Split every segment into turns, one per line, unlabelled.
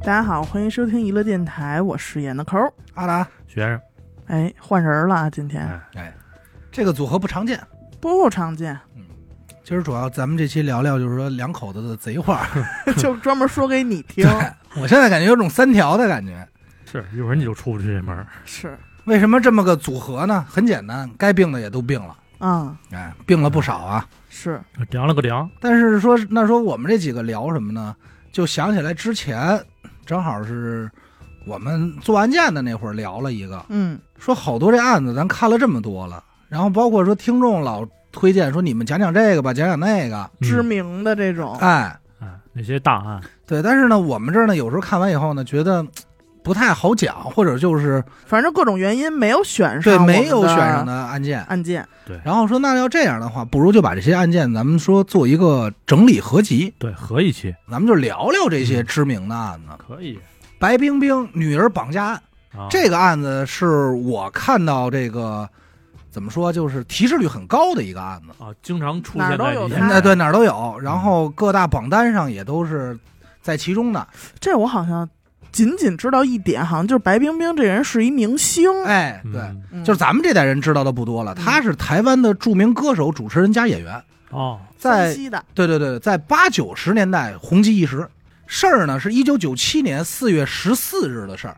大家好，欢迎收听娱乐电台，我是演的抠儿。
阿达，
学生，
哎，换人了啊，今天
哎，
这个组合不常见。
不常见，
今儿主要咱们这期聊聊，就是说两口子的贼话。
就专门说给你听。
我现在感觉有种三条的感觉。
是一会儿你就出不去这门儿，
是
为什么这么个组合呢？很简单，该病的也都病了，
啊、
哎，病了不少啊。
是
凉了个凉，
但是说，那说我们这几个聊什么呢？就想起来之前，正好是我们做案件的那会儿聊了一个，
嗯
说好多这案子咱看了这么多了，然后包括说听众老推荐说你们讲讲这个吧，讲讲那个，
知
嗯
名的这种，
哎，
哎，那些大案，
对。但是呢，我们这儿呢，有时候看完以后呢，觉得。嘖不太好讲，或者就是
反正各种原因没有选上
对
啊我们的
没有选上的案件，
案件。
然后说那要这样的话，不如就把这些案件咱们说做一个整理合集，
对，合一期
咱们就聊聊这
嗯
些知名的案子。
可以
白冰冰女儿绑架案
啊，
这个案子是我看到这个怎么说，就是提示率很高的一个案子。
啊，经常出
哪儿
现
都
在
有
一些
它
哎，对，哪儿都有，
嗯
然后各大榜单上也都是在其中的。
这我好像仅仅知道一点，好像就是白冰冰这人是一明星，
哎，
嗯
对，
嗯
就是咱们这代人知道的不多了。
嗯
他是台湾的著名歌手、主持人加演员，
哦，
山
在
西的，
对对对，在八九十年代红极一时。事儿呢是一九九七年四月十四日的事儿，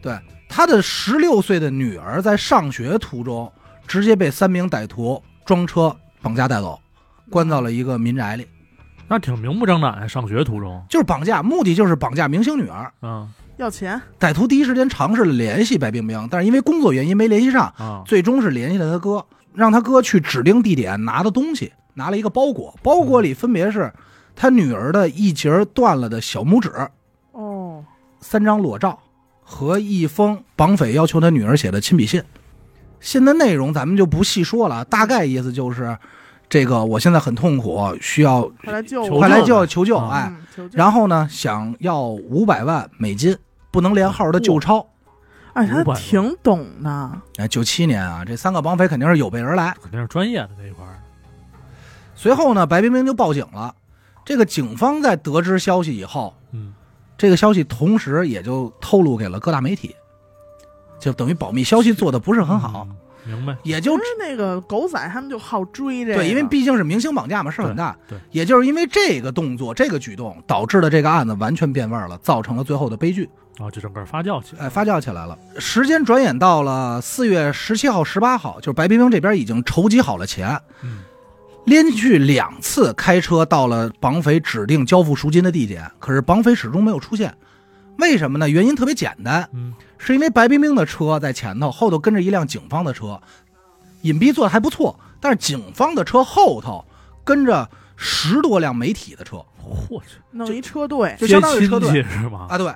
对，他的十六岁的女儿在上学途中直接被三名歹徒装车绑架带走，关到了一个民宅里，
那挺明目张胆，上学途中，
就是绑架，目的就是绑架明星女儿。
嗯
要钱，
歹徒第一时间尝试了联系白冰冰，但是因为工作原因没联系上，
啊，
最终是联系了他哥，让他哥去指定地点拿的东西，拿了一个包裹，包裹里分别是他女儿的一截儿断了的小拇指、
哦，
三张裸照和一封绑匪要求他女儿写的亲笔信。信的内容咱们就不细说了，大概意思就是，这个我现在很痛苦，需要
快来救
求
我，
快来
救
救求救，
嗯
哎，
嗯，求救。
然后呢，想要五百万美金，不能连号的旧钞。
哎，他
500吧
挺懂的，
哎，九七年啊，这三个绑匪肯定是有备而来。
肯定是专业的这一块儿，
随后呢，白冰冰就报警了。这个警方在得知消息以后，
嗯，
这个消息同时也就透露给了各大媒体，就等于保密消息做的不是很好，
嗯，明白，
也
不
就是
那个狗仔他们就好追这个，
对，因为毕竟是明星绑架嘛，事儿很大。
对对
也就是因为这个动作、这个举动，导致了这个案子完全变味儿了，造成了最后的悲剧。
然啊后就整个发酵起来，
哎，发酵起来了。时间转眼到了四月十七号、十八号，就是白冰冰这边已经筹集好了钱，
嗯，
连续两次开车到了绑匪指定交付赎金的地点，可是绑匪始终没有出现。为什么呢？原因特别简单，
嗯，
是因为白冰冰的车在前头，后头跟着一辆警方的车，隐蔽做的还不错，但是警方的车后头跟着十多辆媒体的车
我去，
弄一车队，
就
接
相当于
亲
车队
戚是吗？
啊。对，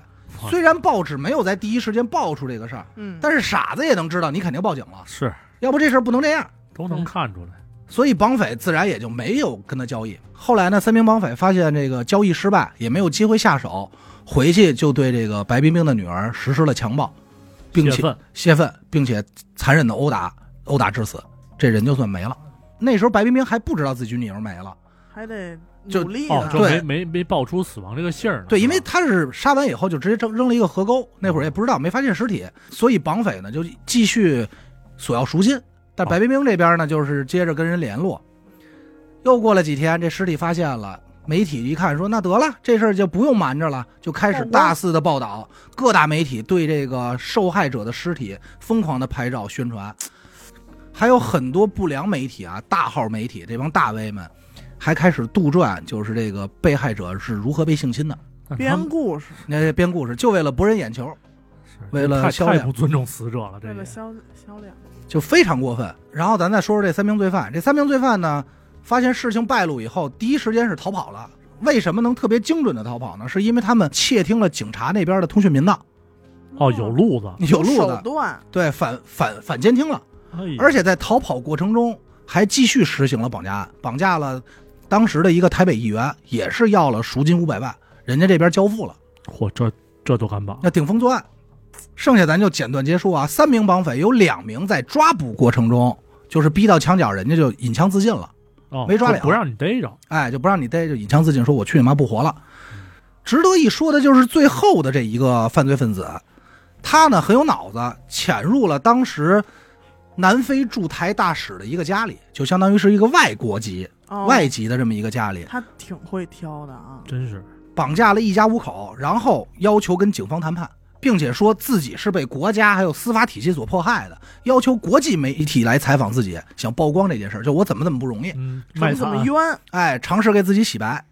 虽然报纸没有在第一时间爆出这个事儿，
嗯，
但是傻子也能知道你肯定报警了，
是
要不这事儿不能这样。
都能看出来，
所以绑匪自然也就没有跟他交易。后来呢，三名绑匪发现这个交易失败，也没有机会下手，回去就对这个白冰冰的女儿实施了强暴，并
泄
且
愤
泄愤，并且残忍的殴打，殴打致死，这人就算没了。那时候白冰冰还不知道自己女儿没了，
还得
就
努力
哦
呢，，
就
对
没没没爆出死亡这个信儿呢，
对，因为
是吧
他是杀完以后就直接扔扔了一个河沟，那会儿也不知道没发现尸体，所以绑匪呢就继续索要赎金，但
哦
白冰冰这边呢就是接着跟人联络。又过了几天，这尸体发现了，媒体一看说那得了，这事儿就不用瞒着了，就开始
曝光
大肆的报道，各大媒体对这个受害者的尸体疯狂的拍照宣传，还有很多不良媒体啊，大号媒体这帮大 V 们。还开始杜撰，就是这个被害者是如何被性侵的。
但他
编
们
故事，
那编故事就为了博人眼球，
是
为了
太
销
太
量
不尊重死者了，这
为
也
了销销量，
就非常过分。然后咱再说说这三名罪犯，这三名罪犯呢，发现事情败露以后，第一时间是逃跑了。为什么能特别精准的逃跑呢？是因为他们窃听了警察那边的通讯频道，
哦有路子，
有路
手
的，
段，
对，反反反监听了，
哎呀
而且在逃跑过程中还继续实行了绑架案，绑架了当时的一个台北议员，也是要了赎金五百万，人家这边交付了。
嚯，这这都敢绑，
那顶风作案。剩下咱就简短结束啊。三名绑匪有两名在抓捕过程中，就是逼到墙角，人家就引枪自尽了，
哦，
没抓
就
了
不让你逮着，
哎，就不让你逮，就引枪自尽，说我去你妈不活了。值得一说的就是最后的这一个犯罪分子，他呢很有脑子，潜入了当时南非驻台大使的一个家里，就相当于是一个外国籍、
哦
外籍的这么一个家里，
他挺会挑的啊，
真是
绑架了一家五口，然后要求跟警方谈判，并且说自己是被国家还有司法体系所迫害的，要求国际媒体来采访自己，想曝光这件事儿，就我怎么怎么不容易。
嗯，
怎
卖
么怎么
惨
冤？
哎，尝试给自己洗白。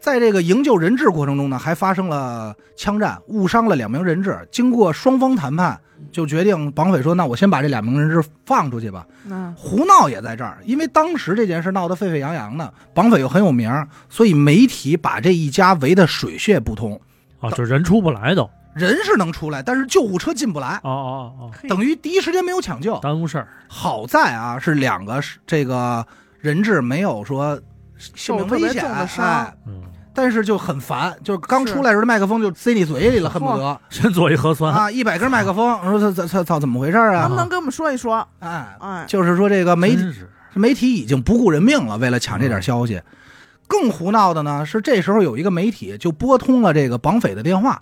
在这个营救人质过程中呢，还发生了枪战，误伤了两名人质。经过双方谈判，就决定绑匪说：“那我先把这两名人质放出去吧。”
那
胡闹也在这儿，因为当时这件事闹得沸沸扬扬的，绑匪又很有名儿，所以媒体把这一家围得水泄不通。
啊，这人出不 来都，哦
人是能出来，但是救护车进不来，
哦哦
可以
等于第一时间没有抢救
哦，。耽误事儿，
好在啊，是两个是这个人质没有说性命
受特别
危险，
重的伤
哎，
嗯，
但是就很烦，就是刚
是
出来的时候麦克风就塞你嘴里了，恨不得
先做一核酸，
啊一百根麦克风，说操操操操怎么回事儿
能不
啊？
能跟我们说一说？
哎，
哎，
就是说这个媒
真是
媒体已经不顾人命了，为了抢这
嗯
点消息。更胡闹的呢是，这时候有一个媒体就拨通了这个绑匪的电话，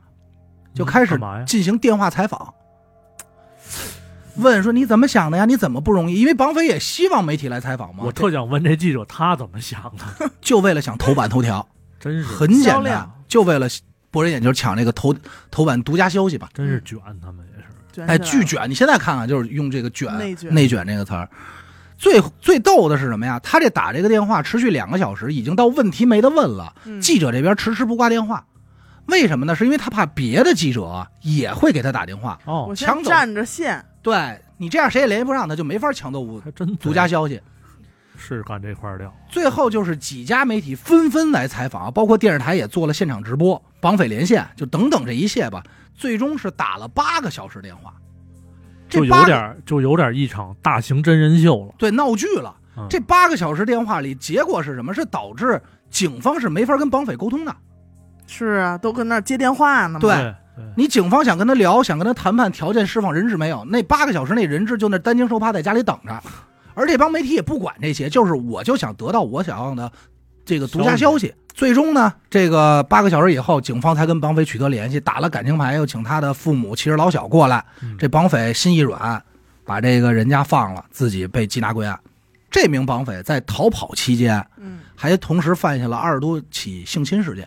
就开
嗯
始
干嘛呀？
进行电话采访，问说你怎么想的呀？你怎么不容易？因为绑匪也希望媒体来采访嘛，
我特想问这记者他怎么想的，
就为了想头版头条，
真是
很简
销
单
量，
就为了博人眼球抢这个头头版独家消息吧。
真是卷，他们也是，
卷
哎，
起来
巨
了，
卷！你现在看看，就是用这个“卷”
内卷
内卷这个词儿。最最逗的是什么呀？他这打这个电话持续两个小时，已经到问题没得问了。
嗯
记者这边迟迟不挂电话，为什么呢？是因为他怕别的记者啊也会给他打电话。
我
哦，
先
抢走
占着线，
对你这样谁也联系不上他，就没法抢走我
还真
独家
对
消息。
是干这块料，
最后就是几家媒体纷纷来采访，包括电视台也做了现场直播，绑匪连线，就等等这一切吧。最终是打了八个小时电话，这
就
八
有
个
点儿就有点儿一场大型真人秀了，
对闹剧了。
嗯
这八个小时电话里，结果是什么？是导致警方是没法跟绑匪沟通的。
是啊，都跟那儿接电话呢嘛。
对
对对，
你警方想跟他聊，想跟他谈判条件释放人质没有？那八个小时内人质就那担惊受怕在家里等着，而这帮媒体也不管这些，就是我就想得到我想要的这个独家消息。最终呢，这个八个小时以后，警方才跟绑匪取得联系，打了感情牌，又请他的父母、妻儿老小过来。
嗯
这绑匪心一软，把这个人家放了，自己被缉拿归案。这名绑匪在逃跑期间，
嗯，
还同时犯下了二十多起性侵事件，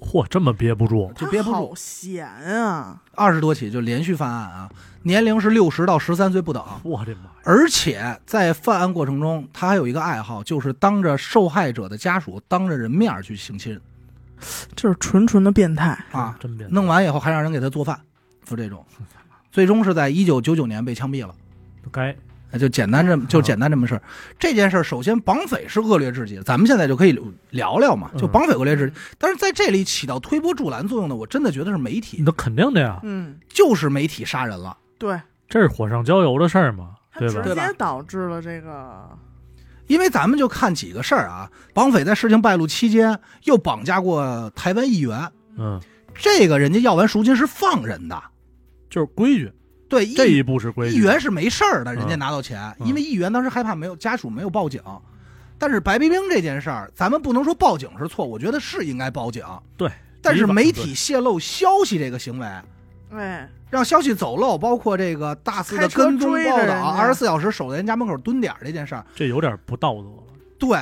嚯，这么憋不住，
就
他
憋不
好
住，
闲啊，
二十多起就连续犯案啊，年龄是六十到十三岁不等。
我的妈呀，
而且在犯案过程中，他还有一个爱好，就是当着受害者的家属当着人面儿去性侵
这是纯纯的变态。
啊，
真变态，
弄完以后还让人给他做饭，就这种。最终是在一九九九年被枪毙了，
该
就简单这么就简单这么事儿。这件事儿，首先绑匪是恶劣至极，咱们现在就可以聊聊嘛，就绑匪恶劣至极。但是在这里起到推波助澜作用的，我真的觉得是媒体
你，都肯定的呀，
嗯，
就是媒体杀人了。
对，
这是火上浇油的事儿嘛，
他
对
直
吧？
对吧
接导致了这个，
因为咱们就看几个事儿啊，绑匪在事情败露期间又绑架过台湾议员，
嗯，
这个人家要完赎金是放人的，
就是规矩，
对，
这
议
一步是规
议
矩，
员是没事儿的，人家
嗯
拿到钱，
嗯
因为议员当时害怕没有家属没有报警。但是白冰冰这件事儿，咱们不能说报警是错，我觉得是应该报警。
对，
但是
依法
媒体泄露消息这个行为，
哎，
让消息走漏，包括这个大肆的
开车
跟踪
追着
报道，
人家
二十四小时守在人家门口蹲点儿这件事儿，
这有点不道德了，
对，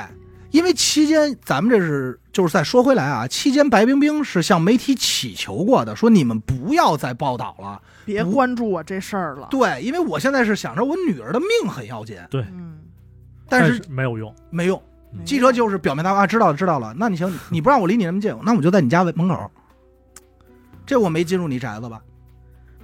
因为期间咱们这是就是再说回来啊，期间白冰冰是向媒体祈求过的，说你们不要再报道了。
别
不
关注我这事儿了。
对，因为我现在是想着我女儿的命很要紧，
嗯，
但是
是没有用，
没用。
嗯
记者就是表面答复啊，知道了知道了，那你行，你不让我离你那么近，那我就在你家门口。这我没进入你宅子吧？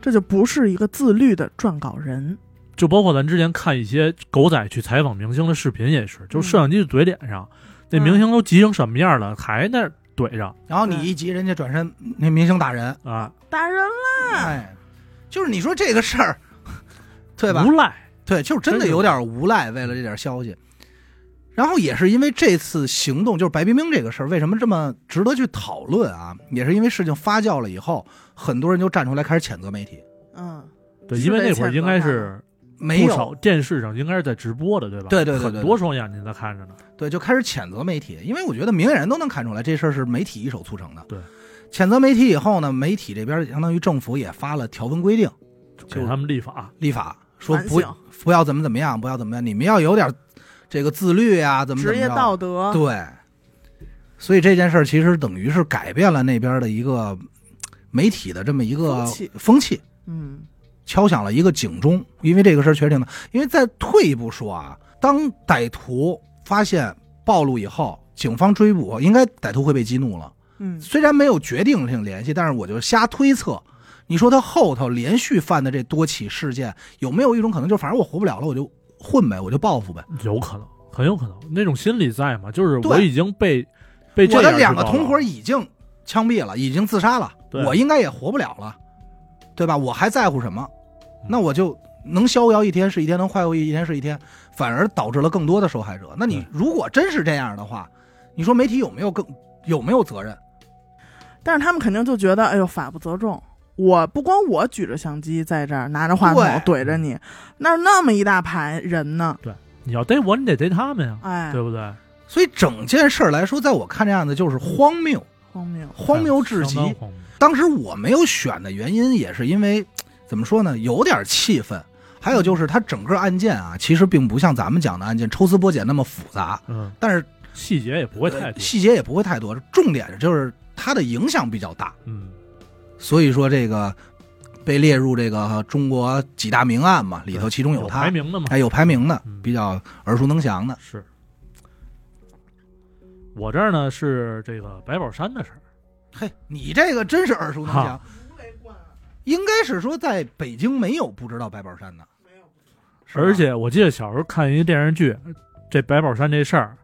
这就不是一个自律的撰稿人。
就包括咱之前看一些狗仔去采访明星的视频也是，
嗯
就摄像机就怼脸上，那明星都急成什么样了，还那儿怼着
然后你
对
一急，人家转身那明星打人，
啊，
打人了，
哎，就是你说这个事儿， 对吧？
无赖，
对，就是真的有点无赖，为了这点消息。然后也是因为这次行动，就是白冰冰这个事儿，为什么这么值得去讨论啊？也是因为事情发酵了以后，很多人就站出来开始谴责媒体。
嗯，
对，
是
因为
得
那会儿
谴责
应该
他
是
没
不少
有
电视上应该是在直播的，对吧？
对对对对对
很多双眼睛在看着呢。
对，就开始谴责媒体，因为我觉得明眼人都能看出来这事儿是媒体一手促成的。
对，
谴责媒体以后呢，媒体这边相当于政府也发了条文规定，
给他们立法，
立法说
反
不
省
不要怎么怎么样，不要怎么样，你们要有点这个自律啊，怎么怎
职
么
业
着
道德，
对，所以这件事儿其实等于是改变了那边的一个嗯媒体的这么一个
风气
风气，
嗯，
敲响了一个警钟。因为这个事儿确实挺大，因为再退一步说啊，当歹徒发现暴露以后，警方追捕，应该歹徒会被激怒了。
嗯，
虽然没有决定性联系，但是我就瞎推测。你说他后头连续犯的这多起事件，有没有一种可能，就反正我活不了了，我就混呗，我就报复呗？
有可能，很有可能那种心理在嘛，就是我
对
已经被被这
我的
样
两
知
个
道
同
了
伙已经枪毙了，已经自杀了，
对
我应该也活不了了，对吧？我还在乎什么
嗯？
那我就能逍遥一天是一天，能快活一天是一天，反而导致了更多的受害者。那你
对
如果真是这样的话，你说媒体有没有更有没有责任？
但是他们肯定就觉得，哎呦，法不责众。我不光我举着相机在这儿拿着话筒
对
怼着你，那儿那么一大排人呢，
你要逮我，你得逮他们呀，
哎
对，不对？
所以整件事儿来说，在我看这样的就是荒谬，
荒谬。
荒谬至极
哎相。当荒谬
当时我没有选的原因，也是因为怎么说呢，有点气愤。还有就是，它整个案件啊，其实并不像咱们讲的案件抽丝剥茧那么复杂，
嗯，
但是
细节也不会太
呃
多，
细节也不会太多。重点就是它的影响比较大，
嗯，
所以说这个被列入这个中国几大名案嘛，里头其中
有
它
排，名的嘛，
哎，有排名的
嗯，
比较耳熟能详的。
是。我这儿呢是这个白宝山的事儿，
嘿，你这个真是耳熟能详
哈，
应该是说在北京没有不知道白宝山的，是吧
而且我记得小时候看一个电视剧，这白宝山这事儿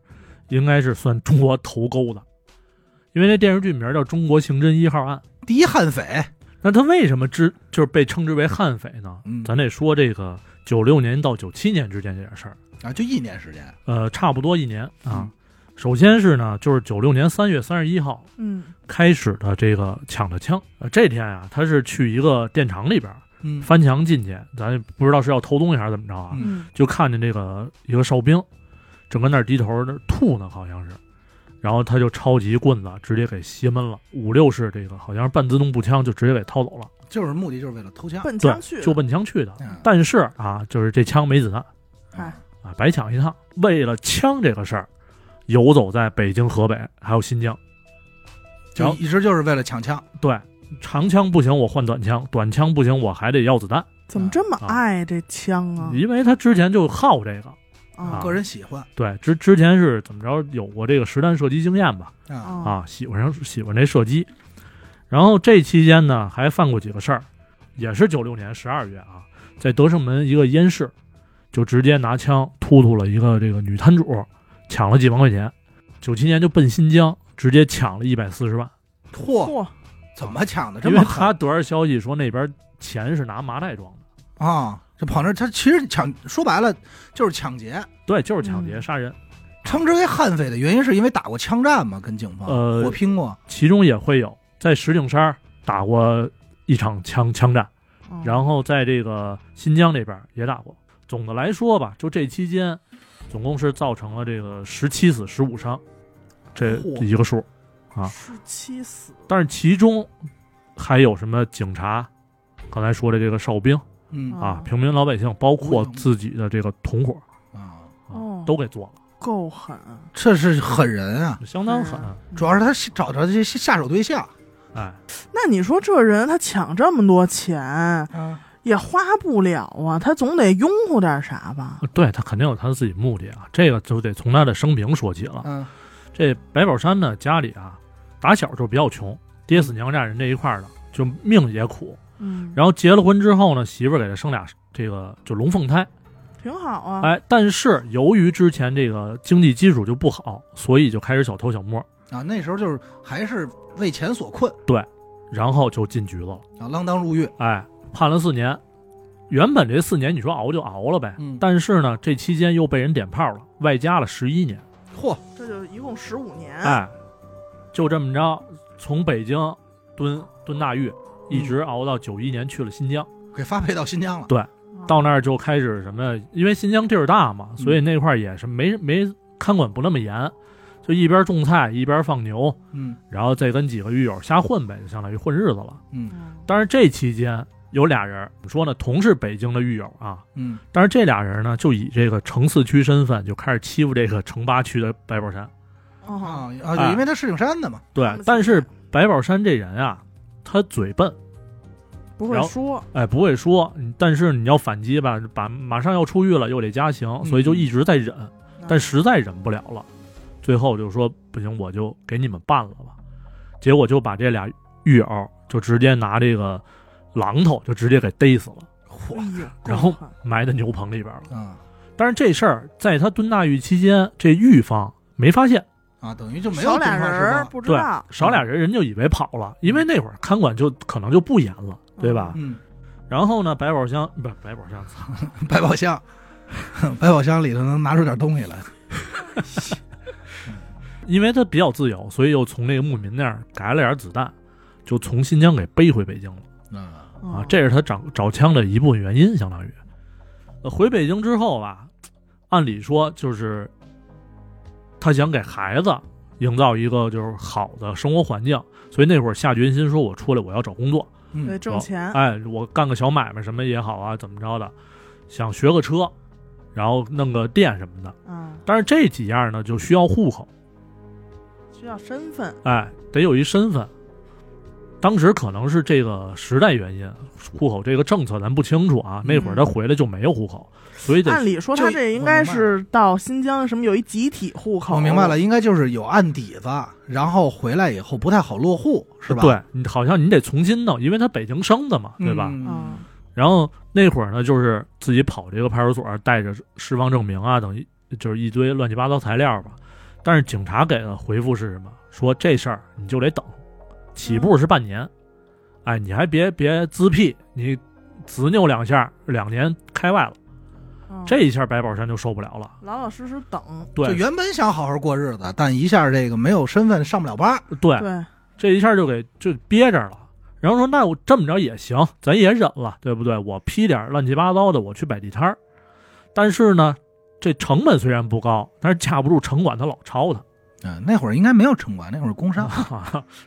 应该是算中国头钩的，因为那电视剧名叫《中国刑侦一号案》。
第一悍匪，
那他为什么之就是被称之为悍匪呢？
嗯
咱得说这个九六年到九七年之间这点事儿，
啊，就一年时间，
呃，差不多一年啊
嗯。
首先是呢，就是九六年三月三十一号
嗯，
开始的这个抢的枪。呃，这天啊，他是去一个电厂里边儿
嗯
翻墙进去，咱也不知道是要偷东西还是怎么着啊，
嗯
嗯
就看见这个一个哨兵正跟那儿低头那儿吐呢，好像是。然后他就抄起一棍子，直接给斜闷了。五六式这个好像是半自动步枪，就直接给掏走了。
就是目的就是为了偷枪，
奔
对
枪去，，
就奔枪去的。
嗯
但是啊，就是这枪没子弹
哎
啊，白抢一趟。为了枪这个事儿，游走在北京、河北还有新疆。然
就
后
一直就是为了抢枪，
对，长枪不行，我换短枪；短枪不行，我还得要子弹。
怎么这么爱这枪啊？
因为他之前就好这个，
啊
个人喜欢
对，之之前是怎么着有过这个实弹射击经验吧？
啊，
啊，
啊，喜欢上喜欢这射击。然后这期间呢，还犯过几个事儿，也是九六年十二月啊，在德胜门一个烟市，就直接拿枪突突了一个这个女摊主，抢了几万块钱。九七年就奔新疆，直接抢了一百四十万，
嚯，
嚯，
怎么抢的这
因为
么
他
狠
得着消息说那边钱是拿麻袋装的，
啊？这跑那儿他其实抢说白了就是抢劫，
对，就是抢劫
嗯
杀人，
称之为悍匪的原因是因为打过枪战嘛，跟警方
呃
火拼过，
其中也会有在石景山打过一场枪枪战。
嗯
然后在这个新疆这边也打过。总的来说吧，就这期间，总共是造成了这个十七死十五伤，这
嚯
一个数。啊
是七死，
但是其中还有什么警察，刚才说的这个哨兵
嗯
啊
哦，
平民老百姓，包括
无影
自己的这个同伙
啊，
啊
哦，
都给做了，
够狠，
这是狠人啊，
相当
哎
狠。
主要是他找着这些下手对象
哎，
那你说这人他抢这么多钱
啊，
也花不了啊，他总得拥护点啥吧？
哎对他肯定有他自己目的啊，这个就得从他的生平说起了。
嗯
这白宝山呢，家里啊，打小就比较穷，爹死娘嫁人这一块儿的，就命也苦。
嗯，
然后结了婚之后呢，媳妇儿给他生俩这个就龙凤胎，
挺好啊，
哎，但是由于之前这个经济基础就不好，所以就开始小偷小摸，
啊，那时候就是还是为钱所困
然后就进局子了，
啊，锒铛入狱，
哎，判了四年。原本这四年你说熬就熬了呗，
嗯
但是呢，这期间又被人点炮了，外加了十一年，
嚯，
这就一共十五年，
哎，就这么着，从北京蹲蹲大狱，一直熬到九一年去了新疆。
给发配到新疆了。
哦，
到那儿就开始什么，因为新疆地儿大嘛，所以那块儿也是没没看管不那么严，就一边种菜一边放牛，
嗯
然后再跟几个狱友瞎混呗，就相当于混日子了。
嗯
但是这期间有俩人怎么说呢？同是北京的狱友啊，
嗯
但是这俩人呢，就以这个城四区身份就开始欺负这个城八区的白宝山。
哦，
啊啊，对因为他是顶山的嘛，
嗯对
们，
但是白宝山这人啊，他嘴笨，
不会
然后
说，
哎，不会说，嗯但是你要反击吧，把马上要出狱了，又得加刑，所以就一直在忍，
嗯
但实在忍不了了，最后就说不行，我就给你们办了吧。结果就把这俩狱友就直接拿这个榔头就直接给逮死了，
哎
嚯
呦，
然后
够狠
埋在牛棚里边了。
啊
但是这事儿在他蹲大狱期间，这狱方没发现。
啊，等于就没有
少俩
东方
人
之
儿
邦
不知
对啊
道，，
少俩人人就以为跑了，因为那会儿看管就可能就不严了，对吧？
嗯，
然后呢，百宝箱不是百宝箱，操
百宝箱，百宝箱里头能拿出点东西来，
因为他比较自由，所以又从那个牧民那儿改了点子弹，就从新疆给背回北京了
嗯
嗯
啊。这是他找找枪的一部分原因，相当于。呃回北京之后吧，按理说就是他想给孩子营造一个就是好的生活环境，所以那会儿下决心说，我出来我要找工作。
得
嗯
挣钱，
哎，我干个小买卖什么也好啊，怎么着的，想学个车，然后弄个店什么的。
嗯，
但是这几样呢，就需要户口，
需要身份，
哎，得有一身份。当时可能是这个时代原因，户口这个政策咱不清楚啊。那会
嗯
儿他回来就没有户口，所以得
按理说他
就
这
一
应
我
该
明白
是到新疆什么有一集体户口，
我明白了，，应该就是有案底子，然后回来以后不太好落户，是吧？
对你好像你得重新弄，因为他北京生的嘛，
嗯，
对吧？
嗯，
然后那会儿呢，就是自己跑这个派出所，带着释放证明啊，等一就是一堆乱七八糟材料吧。但是警察给的回复是什么？说这事儿你就得等，起步是半年，哎，你还别别自闭，你执拗两下，两年开外了。
嗯
这一下白宝山就受不了了，
老老实实等，
就
对
原本想好好过日子，但一下这个没有身份上不了班，
对，哎
对，
这一下就给就憋着了。然后说那我这么着也行，咱也忍了，对不对？我批点乱七八糟的，我去摆地摊儿。但是呢，这成本虽然不高，但是架不住城管他老抄他，
嗯，那会儿应该没有城管，那会儿工商，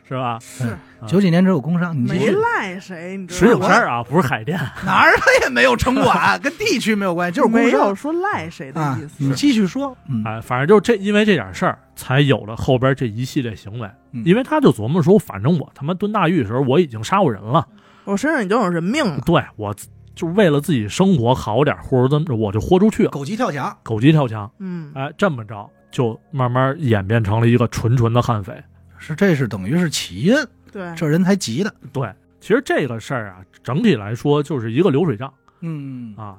是吧？
是
啊
九几年只有工商，你继
没
续
赖谁，你知
十
道
九
吗？
天儿啊，不是海淀。
哪儿他也没有城管，跟地区没有关系，就是工
没有
商
说赖谁的
啊
意。思，
你继续说，嗯，
哎，反正就这，因为这点事儿，才有了后边这一系列行为。
嗯
因为他就琢磨说，反正我他妈蹲大狱的时候，我已经杀过人了，
我身上已经有人命
嗯
了，
对我就为了自己生活好点儿，或者怎么着，我就豁出去了，
狗急跳墙，
狗急跳墙。
嗯，
哎，这么着就慢慢演变成了一个纯纯的悍匪。
是这是等于是起因，
对，
这人才急的，
对，其实这个事儿啊，整体来说就是一个流水账
嗯
啊，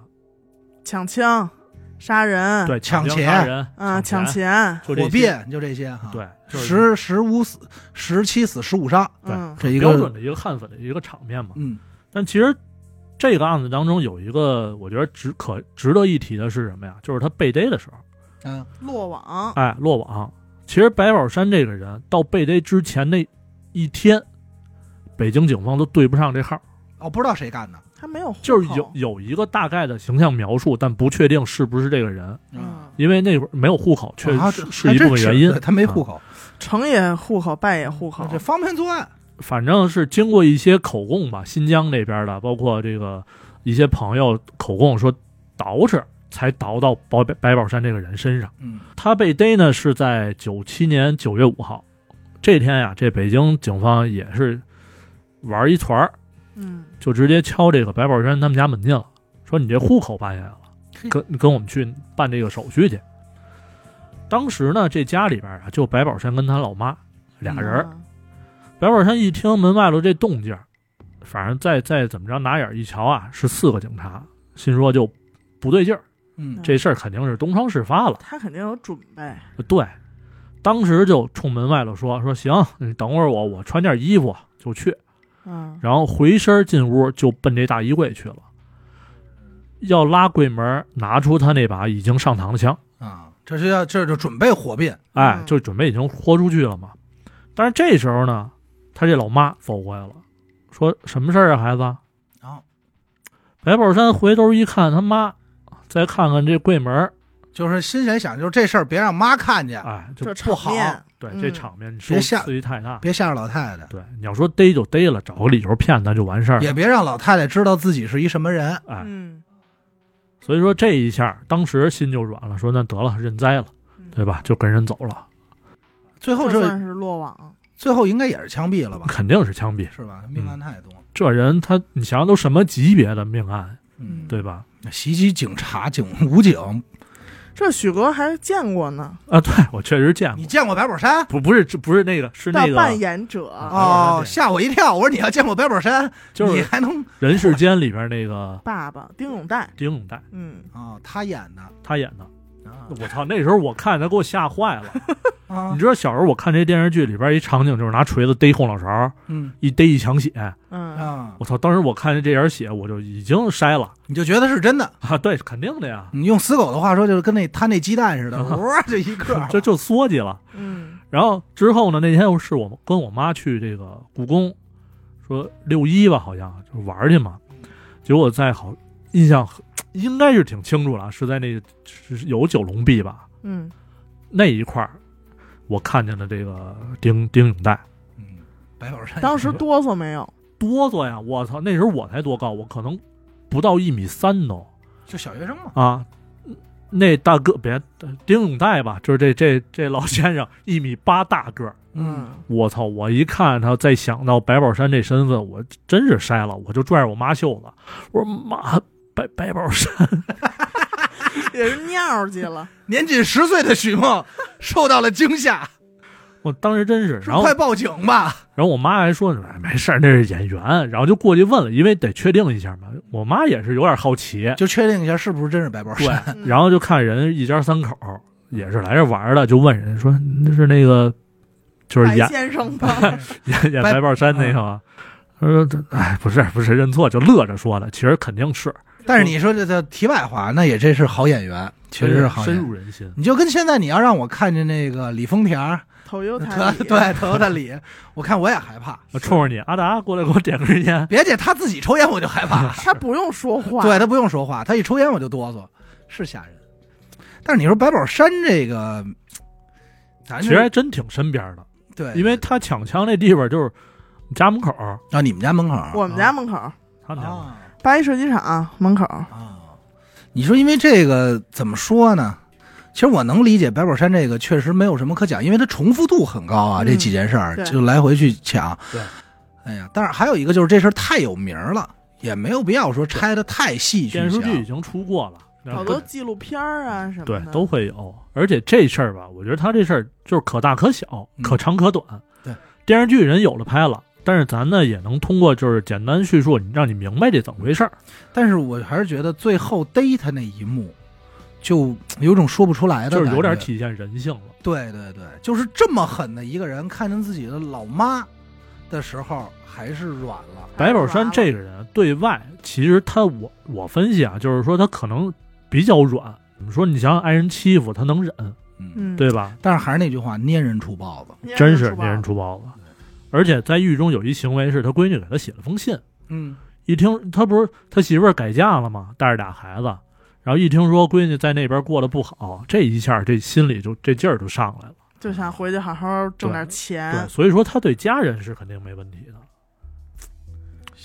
抢枪、杀人，
对，
抢
劫
钱
杀人
啊，抢
抢，
钱，
就这
火
些，
变就这些哈，，
对，就是
十十五死，十七死，十五伤，
对
嗯，
这一
标准
个，
的一个悍匪的一个场面嘛。
嗯
但其实这个案子当中有一个，我觉得值可值得一提的是什么呀？就是他被逮的时候，
嗯
落网，
哎，落网。其实白宝山这个人到被逮之前那一天，北京警方都对不上这号。
哦，不知道谁干的，
他没有户口，
就是有有一个大概的形象描述，但不确定是不是这个人，
嗯，
因为那会儿没有户口，确
啊
实
这
是一部分原因
还真是
啊
对。他没户口，
成也户口，败也户口
那，这方便作案，
反正是经过一些口供吧，新疆那边的，包括这个一些朋友口供说捯饬，才倒到白白宝山这个人身上。
嗯
他被逮呢是在九七年九月五号，这天呀、这北京警方也是玩一团儿，
嗯，
就直接敲这个白宝山他们家门去了，说你这户口办下来了，跟跟我们去办这个手续去。当时呢，这家里边啊，就白宝山跟他老妈俩人儿。
嗯
白宝山一听门外头这动静儿，反正再再怎么着拿眼儿一瞧啊，是四个警察，心说就不对劲儿，
嗯，
这事儿肯定是东窗事发了。
他肯定有准备，
对，当时就冲门外头说说行，你等会儿我，我穿件衣服就去。
嗯，
然后回身进屋就奔这大衣柜去了，要拉柜门拿出他那把已经上膛的枪，
啊，这是要这就准备火并，
哎
嗯，
就准备已经豁出去了嘛。但是这时候呢，他这老妈走过来了，说什么事儿啊，孩子？
啊，
白宝山回头一看他妈，再看看这柜门儿，
就是心里想，就是这事儿别让妈看见，
哎，就
啊这场
不好
面
对
嗯
这场面你
别
说
吓
刺激太大。
别吓着老太太，
对，你要说逮就逮了，找个理由骗他就完事儿了。
也别让老太太知道自己是一什么人。
哎，
嗯，
所以说这一下，当时心就软了，说那得了，认栽了，对吧？就跟人走了，
最后
这
这
算是落网。
最后应该也是枪毙了吧？
肯定是枪毙。
是吧？命案太多了。
这人他，你想想都什么级别的命案，
嗯
对吧？
袭击警察、警武警，
这许哥还见过呢，
啊，对我确实见
你
过，
见过白啊宝山？
不不是这不是那个，是
大
那
扮
个
演者，
啊
哦，吓我一跳！我说你要见过白宝山，
就
你
是
还能
人世间里边那个
爸爸丁永代，
丁永代
嗯，
哦，他演的
他演的。
啊
我操，那时候我看他给我吓坏 了。
啊
你，知道小时候我看这电视剧里边一场景就是拿锤子逮后脑勺，
嗯
一逮一墙血。
嗯，
啊，
我操！当时我看见这点血，我就已经筛了
你就觉得是真的。
啊！对，肯定的呀，
你用死狗的话说，就是跟那摊那鸡蛋似 的，
啊
哇，这一个
这就缩计了。
嗯，
然后之后呢，那天是我跟我妈去这个故宫，说六一吧，好像就是玩去嘛。结果在好印象很应该是挺清楚了，是在那是有九龙壁吧
嗯，
那一块儿，我看见了这个丁丁永代
嗯，白宝
哎
山
当时哆嗦没有？
哆嗦呀！我操，那时候我才多高，我可能不到一米三都
就小学生嘛，
啊。那大哥别丁永代吧，就是这这这老先生一米八大个儿，
嗯，
我操！我一看他，再想到白宝山这身份，我真是筛了，我就拽着我妈袖子，我说妈，白白宝山，
也是尿去了，
年仅十岁的许梦受到了惊吓，
我当时真是，
说
然后
快报警吧。
然后我妈还说，哎，没事儿，那是演员，然后就过去问了，因为得确定一下嘛。我妈也是有点好奇，
就确定一下是不是真是白宝
对
山。，
嗯
然后就看人一家三口也是来这玩儿的，就问人说那是那个就是
白
演
先生吧，
演演
白嗯
白宝山那个吗？他说：“哎，不是，不是，认错，就乐着说的。其实肯定是，
但是你说这叫题外话，那也这是好演员，确实是好演
深
员。
入人心。
你就跟现在你要让我看见那个李丰田儿，
头 油台
对对，头的李，我看我也害怕。
我冲着你，阿达过来给我点根烟。
别介，他自己抽烟我就害 怕，
他不用说话，
对他不用说话，他一抽烟我就哆嗦，是吓人。但是你说白宝山这个，咱
其
是哎
实还真挺身边的，
对，
因为他抢枪那地方就是你家门口，
啊，你们家门口，
我们
啊
家门口，
他们家门口
啊
八一射击场门口，
啊，你说因为这个怎么说呢？其实我能理解白宝山这个确实没有什么可讲，因为它重复度很高啊，
嗯
这几件事儿
对
就来回去抢。
对，
哎呀，但是还有一个就是这事儿太有名儿了，也没有必要说拆的太细去
电视剧已
讲。
经出过了，然
好
后
多纪录片儿啊什么
对
的，
都会有。而且这事儿吧，我觉得他这事儿就是可大可小，
嗯
可长可短。
对，
电视剧人有了拍了，但是咱呢也能通过就是简单叙述，你让你明白这怎么回事儿。
但是我还是觉得最后逮他那一幕，就有种说不出来的感
就
觉，
是有点体现人性了。
对对对，就是这么狠的一个人，看见自己的老妈的时候，还是软了。
白宝山这个人啊对外，其实他我我分析啊，就是说他可能比较软。怎么说？你想想挨人欺负，他能忍，
嗯，
嗯，
对吧？
但是还是那句话，捏人出豹子。
捏人
真是
出
捏
包
人出包子。而且在狱中有一行为是他闺女给他写了封信，
嗯，
一听他不是他媳妇儿改嫁了吗？带着俩孩子，然后一听说闺女在那边过得不好，这一下这心里就这劲儿就上来了。
就想回去好好挣点
对，
钱，
所以说他对家人是肯定没问题的，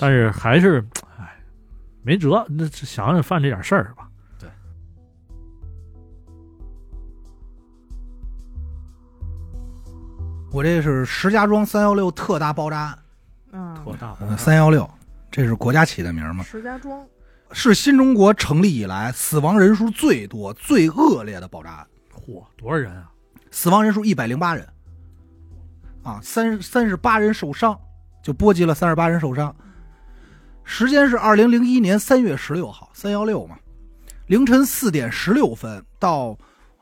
但是还是哎没辙，那想想犯这点事儿吧。
我这是石家庄三幺六特大爆炸案，
嗯，
多大
三幺六，这是国家起的名儿吗？
石家庄，
是新中国成立以来死亡人数最多、最恶劣的爆炸案，
嚯，多少人啊？
死亡人数一百零八人，啊，三三十八人受伤，就波及了三十八人受伤。时间是二零零一年三月十六号，三幺六嘛，凌晨四点十六分到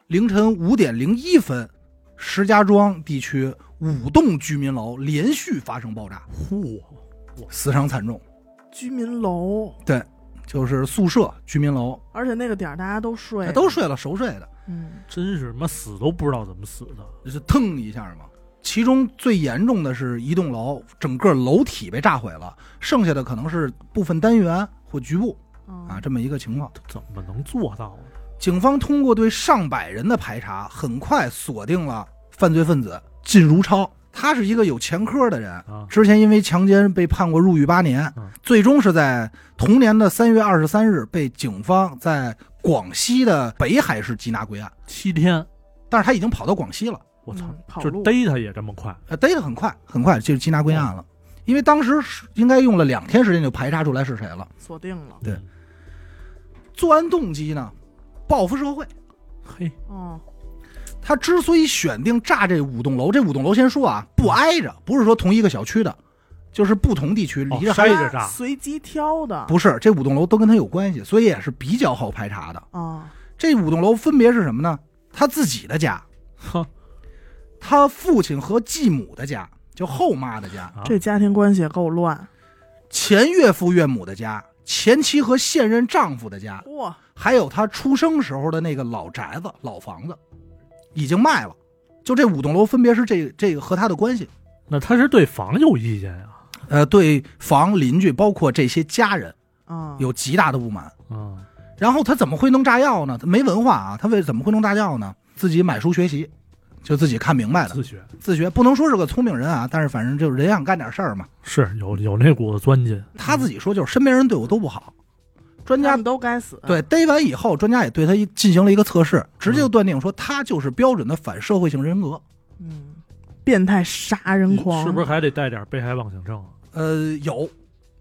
凌晨五点零一分，石家庄地区五栋居民楼连续发生爆炸。
嚯，
死伤惨重，
居民楼，
就是宿舍、居民楼，
而且那个点儿大家都睡，
啊
都，睡了熟睡的，
嗯，
真是妈死都不知道怎么死的。
就是腾一下嘛。其中最严重的是一栋楼，整个楼体被炸毁了，剩下的可能是部分单元或局部。
嗯
啊，这么一个情况。
怎么能做到呢？
警方通过对上百人的排查，很快锁定了犯罪分子靳如超。他是一个有前科的人，
啊，
之前因为强奸被判过入狱八年
嗯，
最终是在同年的三月二十三日被警方在广西的北海市缉拿归案。
七天，
但是他已经跑到广西了，
我操
嗯，跑
就
路
逮他也这么快，
呃，逮的很快，很快就缉拿归案了。因为当时是应该用了两天时间就排查出来是谁了。
锁定了，
对作案动机呢，报复社会。
嘿，
哦，
他之所以选定炸这五栋楼，这五栋楼先说啊，不挨着，不是说同一个小区的，就是不同地区，
哦
离着还
筛
有、
着炸，
随机挑的，
不是这五栋楼都跟他有关系，所以也是比较好排查的。
啊，
这五栋楼分别是什么呢？他自己的家，
哼，
他父亲和继母的家，就后妈的家，
啊
这家庭关系也够乱，
前岳父岳母的家，前妻和现任丈夫的家，
哇，
还有他出生时候的那个老宅子、老房子，已经卖了。就这五栋楼分别是这这个和他的关系。
那他是对房有意见啊呀，
呃，对房邻居，包括这些家人，
啊，
有极大的不满。
嗯，
然后他怎么会弄炸药呢？他没文化啊，他为怎么会弄炸药呢？自己买书学习，就自己看明白了，
自学
自学。不能说是个聪明人啊，但是反正就是人想干点事儿嘛。
是有有那股子钻劲，
他自己说就是身边人对我都不好，专
他
家
们都该死，
对逮完以后，专家也对他一进行了一个测试，直接就断定说他就是标准的反社会性人格。
嗯，变态杀人狂，
是不是还得带点被害妄想症啊？
呃，有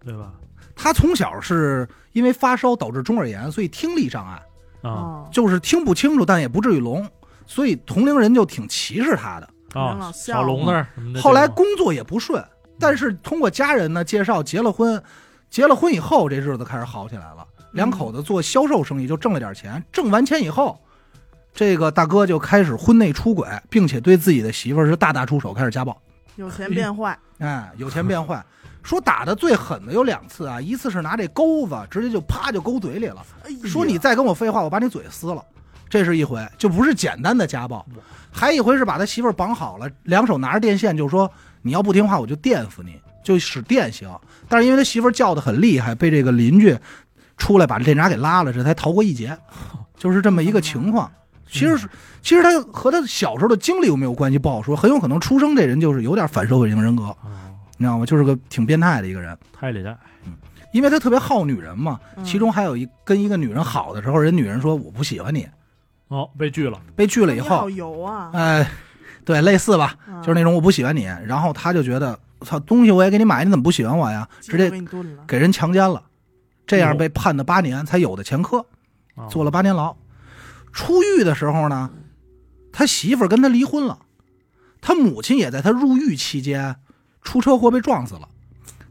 对吧？
他从小是因为发烧导致中耳炎，所以听力障碍。
啊
哦，
就是听不清楚，但也不至于聋，所以同龄人就挺歧视他的。
人老
啊，
笑
小龙那儿什么的，
后来工作也不顺，但是通过家人呢介绍结了婚，结了婚以后这日子开始好起来了，两口子做销售生意就挣了点钱，挣完钱以后。这个大哥就开始婚内出轨，并且对自己的媳妇儿是大打出手，开始家暴。
有钱变 坏，
哎，有钱变坏，说打的最狠的有两次啊，一次是拿这钩子直接就啪就勾嘴里了，
哎呀
说你再跟我废话，我把你嘴撕了。这是一回，就不是简单的家暴
哇，
还一回是把他媳妇儿绑好了，两手拿着电线，就说你要不听话，我就电死你，就使电刑。但是因为他媳妇儿叫的很厉害，被这个邻居出来把电闸给拉了，这才逃过一劫，就是这么一个情况。其实是，其实他和他小时候的经历有没有关系不好说，很有可能出生这人就是有点反社会型人格，
啊，
你知道吗？就是个挺变态的一个人，
太厉害，
因为他特别好女人嘛。
嗯
其中还有一跟一个女人好的时候，人女人说我不喜欢你，
哦，被拒了，
被拒了
嗯你
以
好嗯
后，
油 啊，
哎，对，类似吧，就是那种我不喜欢你，然后他就觉得操东西我也给你买，你怎么不喜欢我呀？
那
直接
给你炖了，
给人强奸了，这样
哟
被判的八年才有的前科，
啊
坐了八年牢。出狱的时候呢，他媳妇儿跟他离婚了，他母亲也在他入狱期间出车祸被撞死了，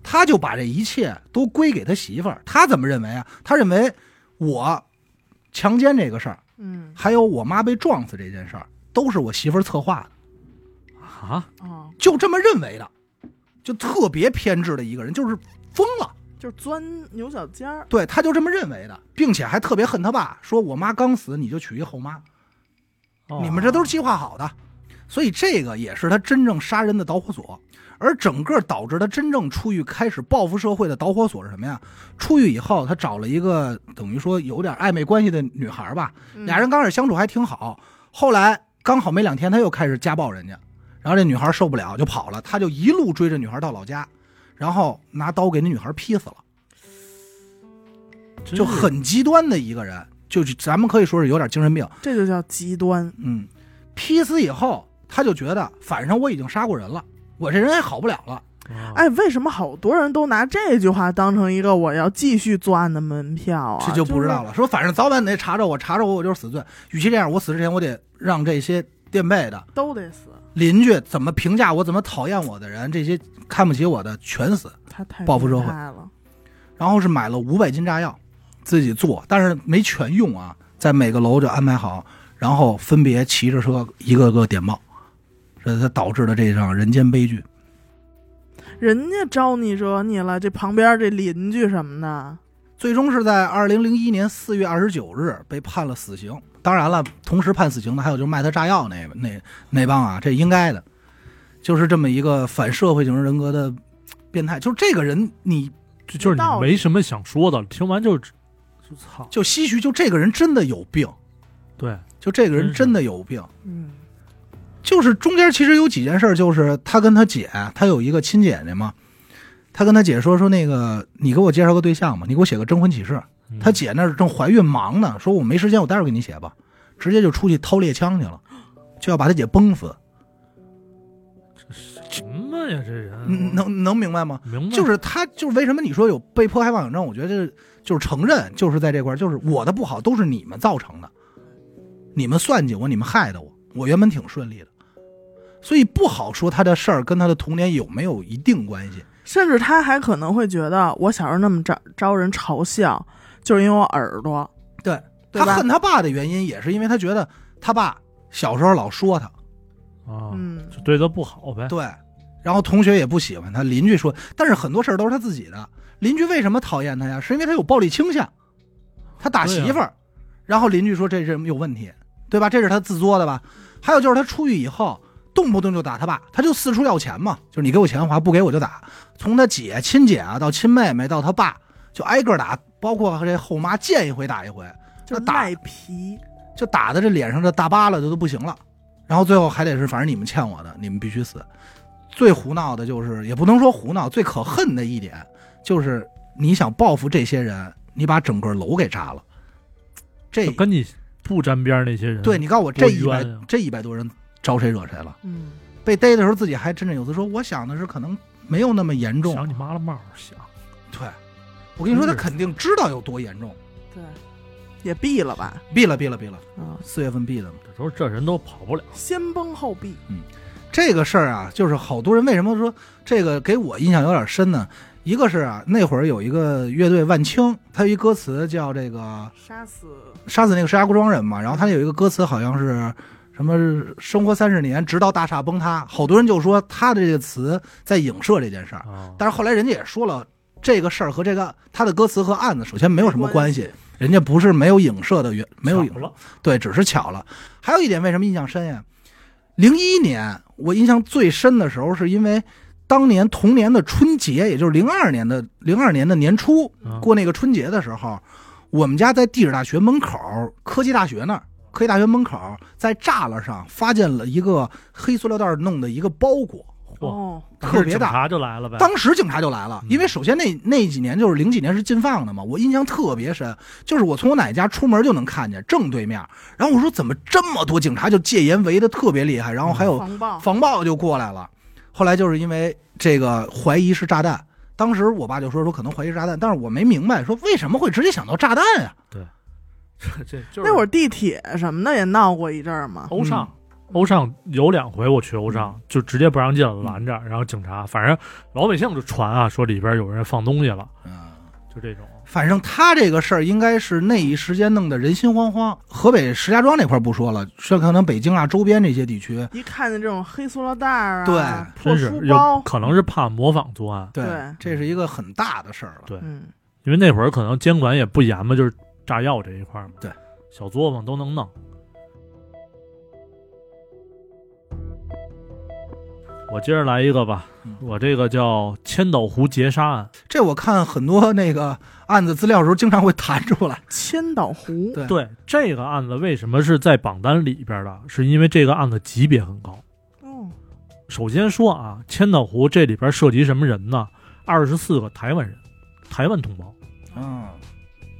他就把这一切都归给他媳妇儿。他怎么认为啊？他认为我强奸这个事儿，
嗯，
还有我妈被撞死这件事儿，都是我媳妇儿策划的，
啊，
哦，
就这么认为的，就特别偏执的一个人，就是疯了。
就是钻牛角尖儿，
对，他就这么认为的，并且还特别恨他爸，说我妈刚死，你就娶一后妈，
哦
你们这都是计划好的。所以这个也是他真正杀人的导火索，而整个导致他真正出狱开始报复社会的导火索是什么呀？出狱以后，他找了一个等于说有点暧昧关系的女孩吧，
嗯
俩人刚开始相处还挺好，后来刚好没两天，他又开始家暴人家，然后这女孩受不了就跑了，他就一路追着女孩到老家，然后拿刀给那女孩劈死了。
真是
就很极端的一个人，就是咱们可以说是有点精神病。
这就叫极端，
嗯，劈死以后，他就觉得反正我已经杀过人了，我这人也好不了了。
啊
哎，为什么好多人都拿这句话当成一个我要继续作案的门票啊？
这就不知道
了，
了，说反正早晚得查着我，查着我我就是死罪。与其这样，我死之前我得让这些垫背的
都得死，
邻居怎么评价我，怎么讨厌我的人，这些看不起我的全死。
他太
报复社会
变态了，
然后是买了五百斤炸药，自己做，但是没全用啊，在每个楼就安排好，然后分别骑着车一个个点爆，这才导致了这场人间悲剧。
人家招你惹你了，这旁边这邻居什么的，
最终是在二零零一年四月二十九日被判了死刑。当然了，同时判死刑的还有就是卖他炸药那那那帮啊，这应该的，就是这么一个反社会型人格的变态。就是这个人，你
就就是你没什么想说的了，听完就我操，
就唏嘘，就这个人真的有病，
对，
就这个人
真是
真的有病。
嗯
就是中间其实有几件事儿，就是他跟他姐，他有一个亲姐姐嘛，他跟他姐说说那个，你给我介绍个对象吧，你给我写个征婚启事。
嗯
他姐那儿正怀孕忙呢，说我没时间，我待会儿给你写吧，直接就出去掏猎枪去了，就要把他姐崩死。
什么呀这人，
嗯能能明白吗？
明白
就是他，就是为什么你说有被迫害妄想症？我觉得这就是承认，就是在这块儿，就是我的不好都是你们造成的，你们算计我，你们害的我。我原本挺顺利的，所以不好说他的事儿跟他的童年有没有一定关系。
甚至他还可能会觉得我小时候那么招招人嘲笑，就是因为我耳朵，
对
对
他
吧
恨？他爸的原因，也是因为他觉得他爸小时候老说他，
啊，
嗯，
就对他不好呗，
对，然后同学也不喜欢他，邻居说，但是很多事儿都是他自己的。邻居为什么讨厌他呀？是因为他有暴力倾向，他打
对啊
媳妇儿，然后邻居说这人有问题，对吧？这是他自作的吧？还有就是他出狱以后，动不动就打他爸，他就四处要钱嘛，就是你给我钱花，不给我就打。从他姐、亲姐啊，到亲妹妹，到他爸，就挨个打，包括这后妈见一回打一回，
就
那打
赖皮，
就打的这脸上这大疤了就都不行了，然后最后还得是反正你们欠我的，你们必须死。最胡闹的就是也不能说胡闹，最可恨的一点就是你想报复这些人，你把整个楼给炸了。这
就跟你不沾边儿那些人，
对你告诉我这一百
多冤啊
这一百多人招谁惹谁了？
嗯，
被逮的时候自己还振振有词说，我想的是可能没有那么严重。
想你妈了冒儿想，
对，我跟你说，他
真是
肯定知道有多严重。
对，也毙了吧，
毙了，毙了，毙了，
啊，
四月份毙的嘛。
这都是这人都跑不了，
先崩后毙，
这个事儿啊，就是好多人为什么说这个给我印象有点深呢？一个是啊，那会儿有一个乐队万青，他有一歌词叫这个
杀死，
杀死那个石家庄人嘛，然后他有一个歌词好像是什么生活三十年，直到大厦崩塌，好多人就说他的这个词在影射这件事儿，
啊，
但是后来人家也说了，这个事儿和这个他的歌词和案子首先没有什么关系，人家不是没有影射的原没有影
抢了，
对，只是巧了。还有一点，为什么印象深呀？零一年我印象最深的时候，是因为当年同年的春节，也就是零二年的零二年的年初，
啊
过那个春节的时候，我们家在地质大学门口、科技大学那儿、科技大学门口，在栅栏上发现了一个黑塑料袋弄的一个包裹，
嚯，
哦，
特别
啊警
大。
察就来了呗，
当时警察就来了，因为首先那那几年就是零几年是禁放的嘛，我印象特别深，就是我从我奶奶家出门就能看见正对面，然后我说怎么这么多警察就戒严围的特别厉害，然后还有
防爆，
防暴就过来了，后来就是因为这个怀疑是炸弹，当时我爸就说说可能怀疑是炸弹，但是我没明白说为什么会直接想到炸弹呀、
这 这就是
那会儿地铁什么的也闹过一阵儿嘛，
欧尚。
嗯
欧尚有两回我去欧尚，就直接不让进了，
嗯
拦着，然后警察，反正老百姓就传啊，说里边有人放东西了，
嗯。
就这种。
反正他这个事儿应该是那一时间弄得人心惶惶。河北石家庄那块儿不说了，这可能北京啊周边这些地区，
一看见这种黑塑料袋儿啊，
对
破
真是
书
有
包，
可能是怕模仿作案，
对，
对
这是一个很大的事儿了。
对
嗯，
因为那会儿可能监管也不严嘛，就是炸药这一块儿嘛，
对，
小作坊都能弄。我接着来一个吧
嗯，
我这个叫千岛湖劫杀案，
这我看很多那个案子资料的时候，经常会弹出来。
千岛湖，
对
对这个案子为什么是在榜单里边的？是因为这个案子级别很高。
哦，
首先说啊，千岛湖这里边涉及什么人呢？二十四个台湾人，台湾同胞。
嗯，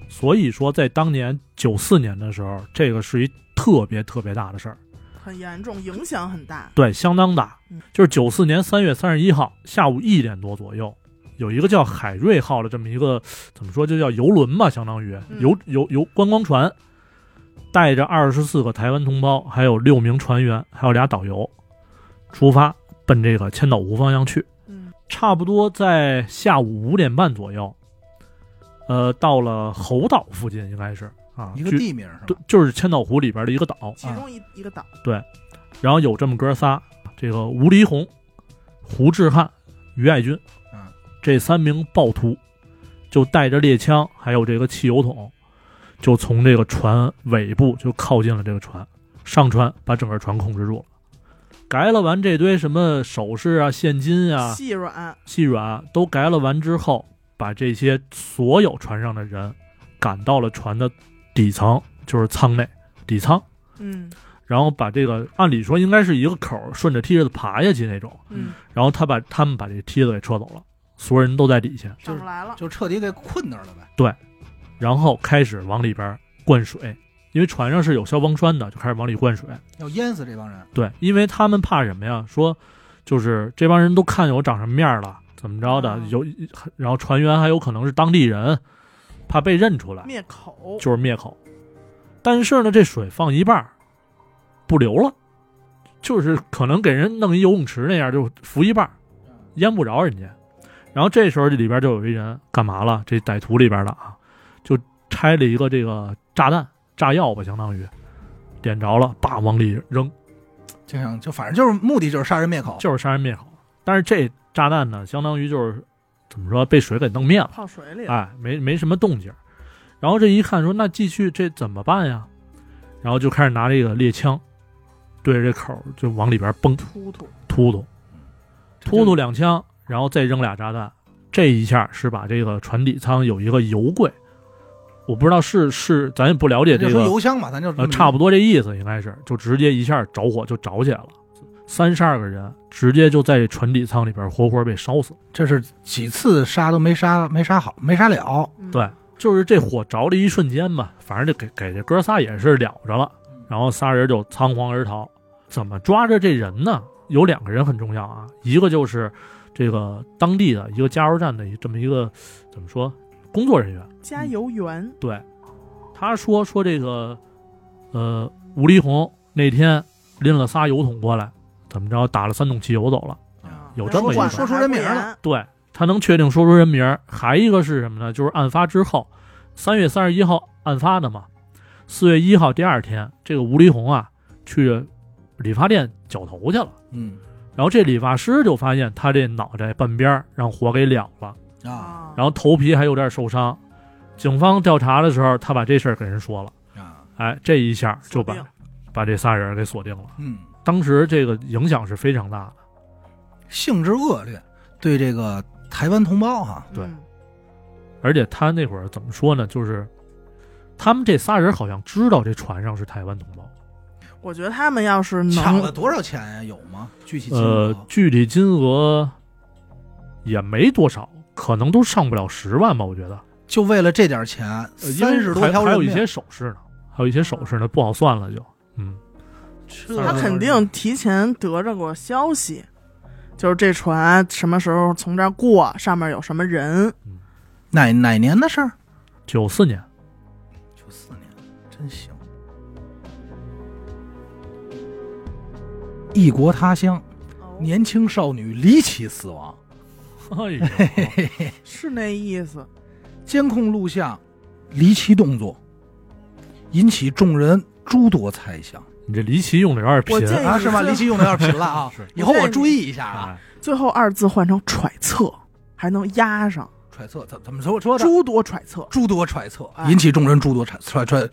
所以说，在当年九四年的时候，这个是一特别特别大的事儿，
很严重，影响很大，
对，相当大
嗯。
就是九四年三月三十一号下午一点多左右，有一个叫海瑞号的这么一个怎么说，就叫游轮吧，相当于
嗯
游游游观光船，带着二十四个台湾同胞，还有六名船员，还有俩导游，出发奔这个千岛湖方向去。
嗯，
差不多在下午五点半左右，呃，到了猴岛附近，应该是啊，
一个
据
地名是
对
吧？，
就是千岛湖里边的一个岛。
其中一一个岛，
然后有这么哥仨，这个吴黎红、胡志汉、于爱军，
嗯，
这三名暴徒就带着猎枪，还有这个汽油桶，就从这个船尾部就靠近了这个船，上船把整个船控制住了。改了完这堆什么首饰啊、现金啊、
细软，
细软都改了完之后，把这些所有船上的人赶到了船的底层，就是舱内底舱，
嗯
然后把这个按理说应该是一个口儿顺着梯子爬下去那种，
嗯，
然后他把他们把这梯子给撤走了，所有人都在底下，
上不来了，
就彻底给困那儿了呗。
然后开始往里边灌水，因为船上是有消防栓的，就开始往里灌水。
要淹死这帮人，
对，因为他们怕什么呀？说就是这帮人都看见我长什么样了，怎么着的
哦？
有，然后船员还有可能是当地人，怕被认出来，
灭口，
啊就是灭口。但是呢，这水放一半儿不流了，就是可能给人弄一游泳池那样，就浮一半儿，淹不着人家。然后这时候这里边就有一人干嘛了？这歹徒里边的啊，就拆了一个这个炸弹、炸药吧，相当于点着了，叭往里扔。
就想就反正就是目的就是杀人灭口，
就是杀人灭口。但是这炸弹呢，相当于就是怎么说被水给弄灭了，
泡水 里了，
哎，没没什么动静儿。然后这一看说，那继续这怎么办呀？然后就开始拿这个猎枪对着这口儿就往里边崩
突突，
突突
就
突突两枪，然后再扔俩炸弹。这一下是把这个船底舱有一个油柜，我不知道是是咱也不了解
就
这
说
个，
哎油箱嘛，咱就
呃，差不多这意思应该是，就直接一下着火就着起来了，三十二个人直接就在这船底舱里边活活被烧死。
这是几次杀都没杀没杀好，没杀了，
嗯
对，就是这火着的一瞬间吧，反正就给给这哥仨也是了着了，然后仨人就仓皇而逃。怎么抓着这人呢？有两个人很重要啊，一个就是这个当地的一个加油站的一这么一个怎么说工作人员，
加油员，
对，他说说这个呃吴立红那天拎了仨油桶过来，怎么着打了三桶汽油走了。
啊
嗯有这么一
管
个
说出人名了，
对他能确定说出人名儿。还一个是什么呢？就是案发之后，三月三十一号案发的嘛，四月一号第二天，这个吴黎红啊去理发店绞头去了。
嗯
然后这理发师就发现他这脑袋半边儿让火给燎了，
啊
啊，
然后头皮还有点受伤。警方调查的时候，他把这事儿给人说了，
啊
哎，这一下就把
锁定
把这仨人给锁定了。
嗯，
当时这个影响是非常大的，
性质恶劣，对这个台湾同胞哈，
对
嗯
而且他那会儿怎么说呢？就是他们这仨人好像知道这船上是台湾同胞。
我觉得他们要是
抢了
能，
多少钱呀？有吗？具体金额
呃？，具体金额也没多少，可能都上不了十万吧，我觉得。
就为了这点钱，
呃因为
三十多
还
条
还
人
有一
命
些，首饰呢，还有一些首饰呢，不好算了就。嗯，
这
他肯定提前得着过消息，就是这船什么时候从这儿过，上面有什么人，
哪哪年的事儿？
九四年，
九四年，真行。异国他乡，
哦
年轻少女离奇死亡。
哎呀，
是那意思，
监控录像，离奇动作，引起众人诸多猜想
你这离奇用的有点
我
贫。
建议
啊，是吧？离奇用的有点频了 啊
是，
以后我注意一下啊。
哎
最后二字换成揣测，还能压上
揣测怎怎么说说的？
诸多揣测，
诸多揣测，
哎
引起众人诸多揣揣揣，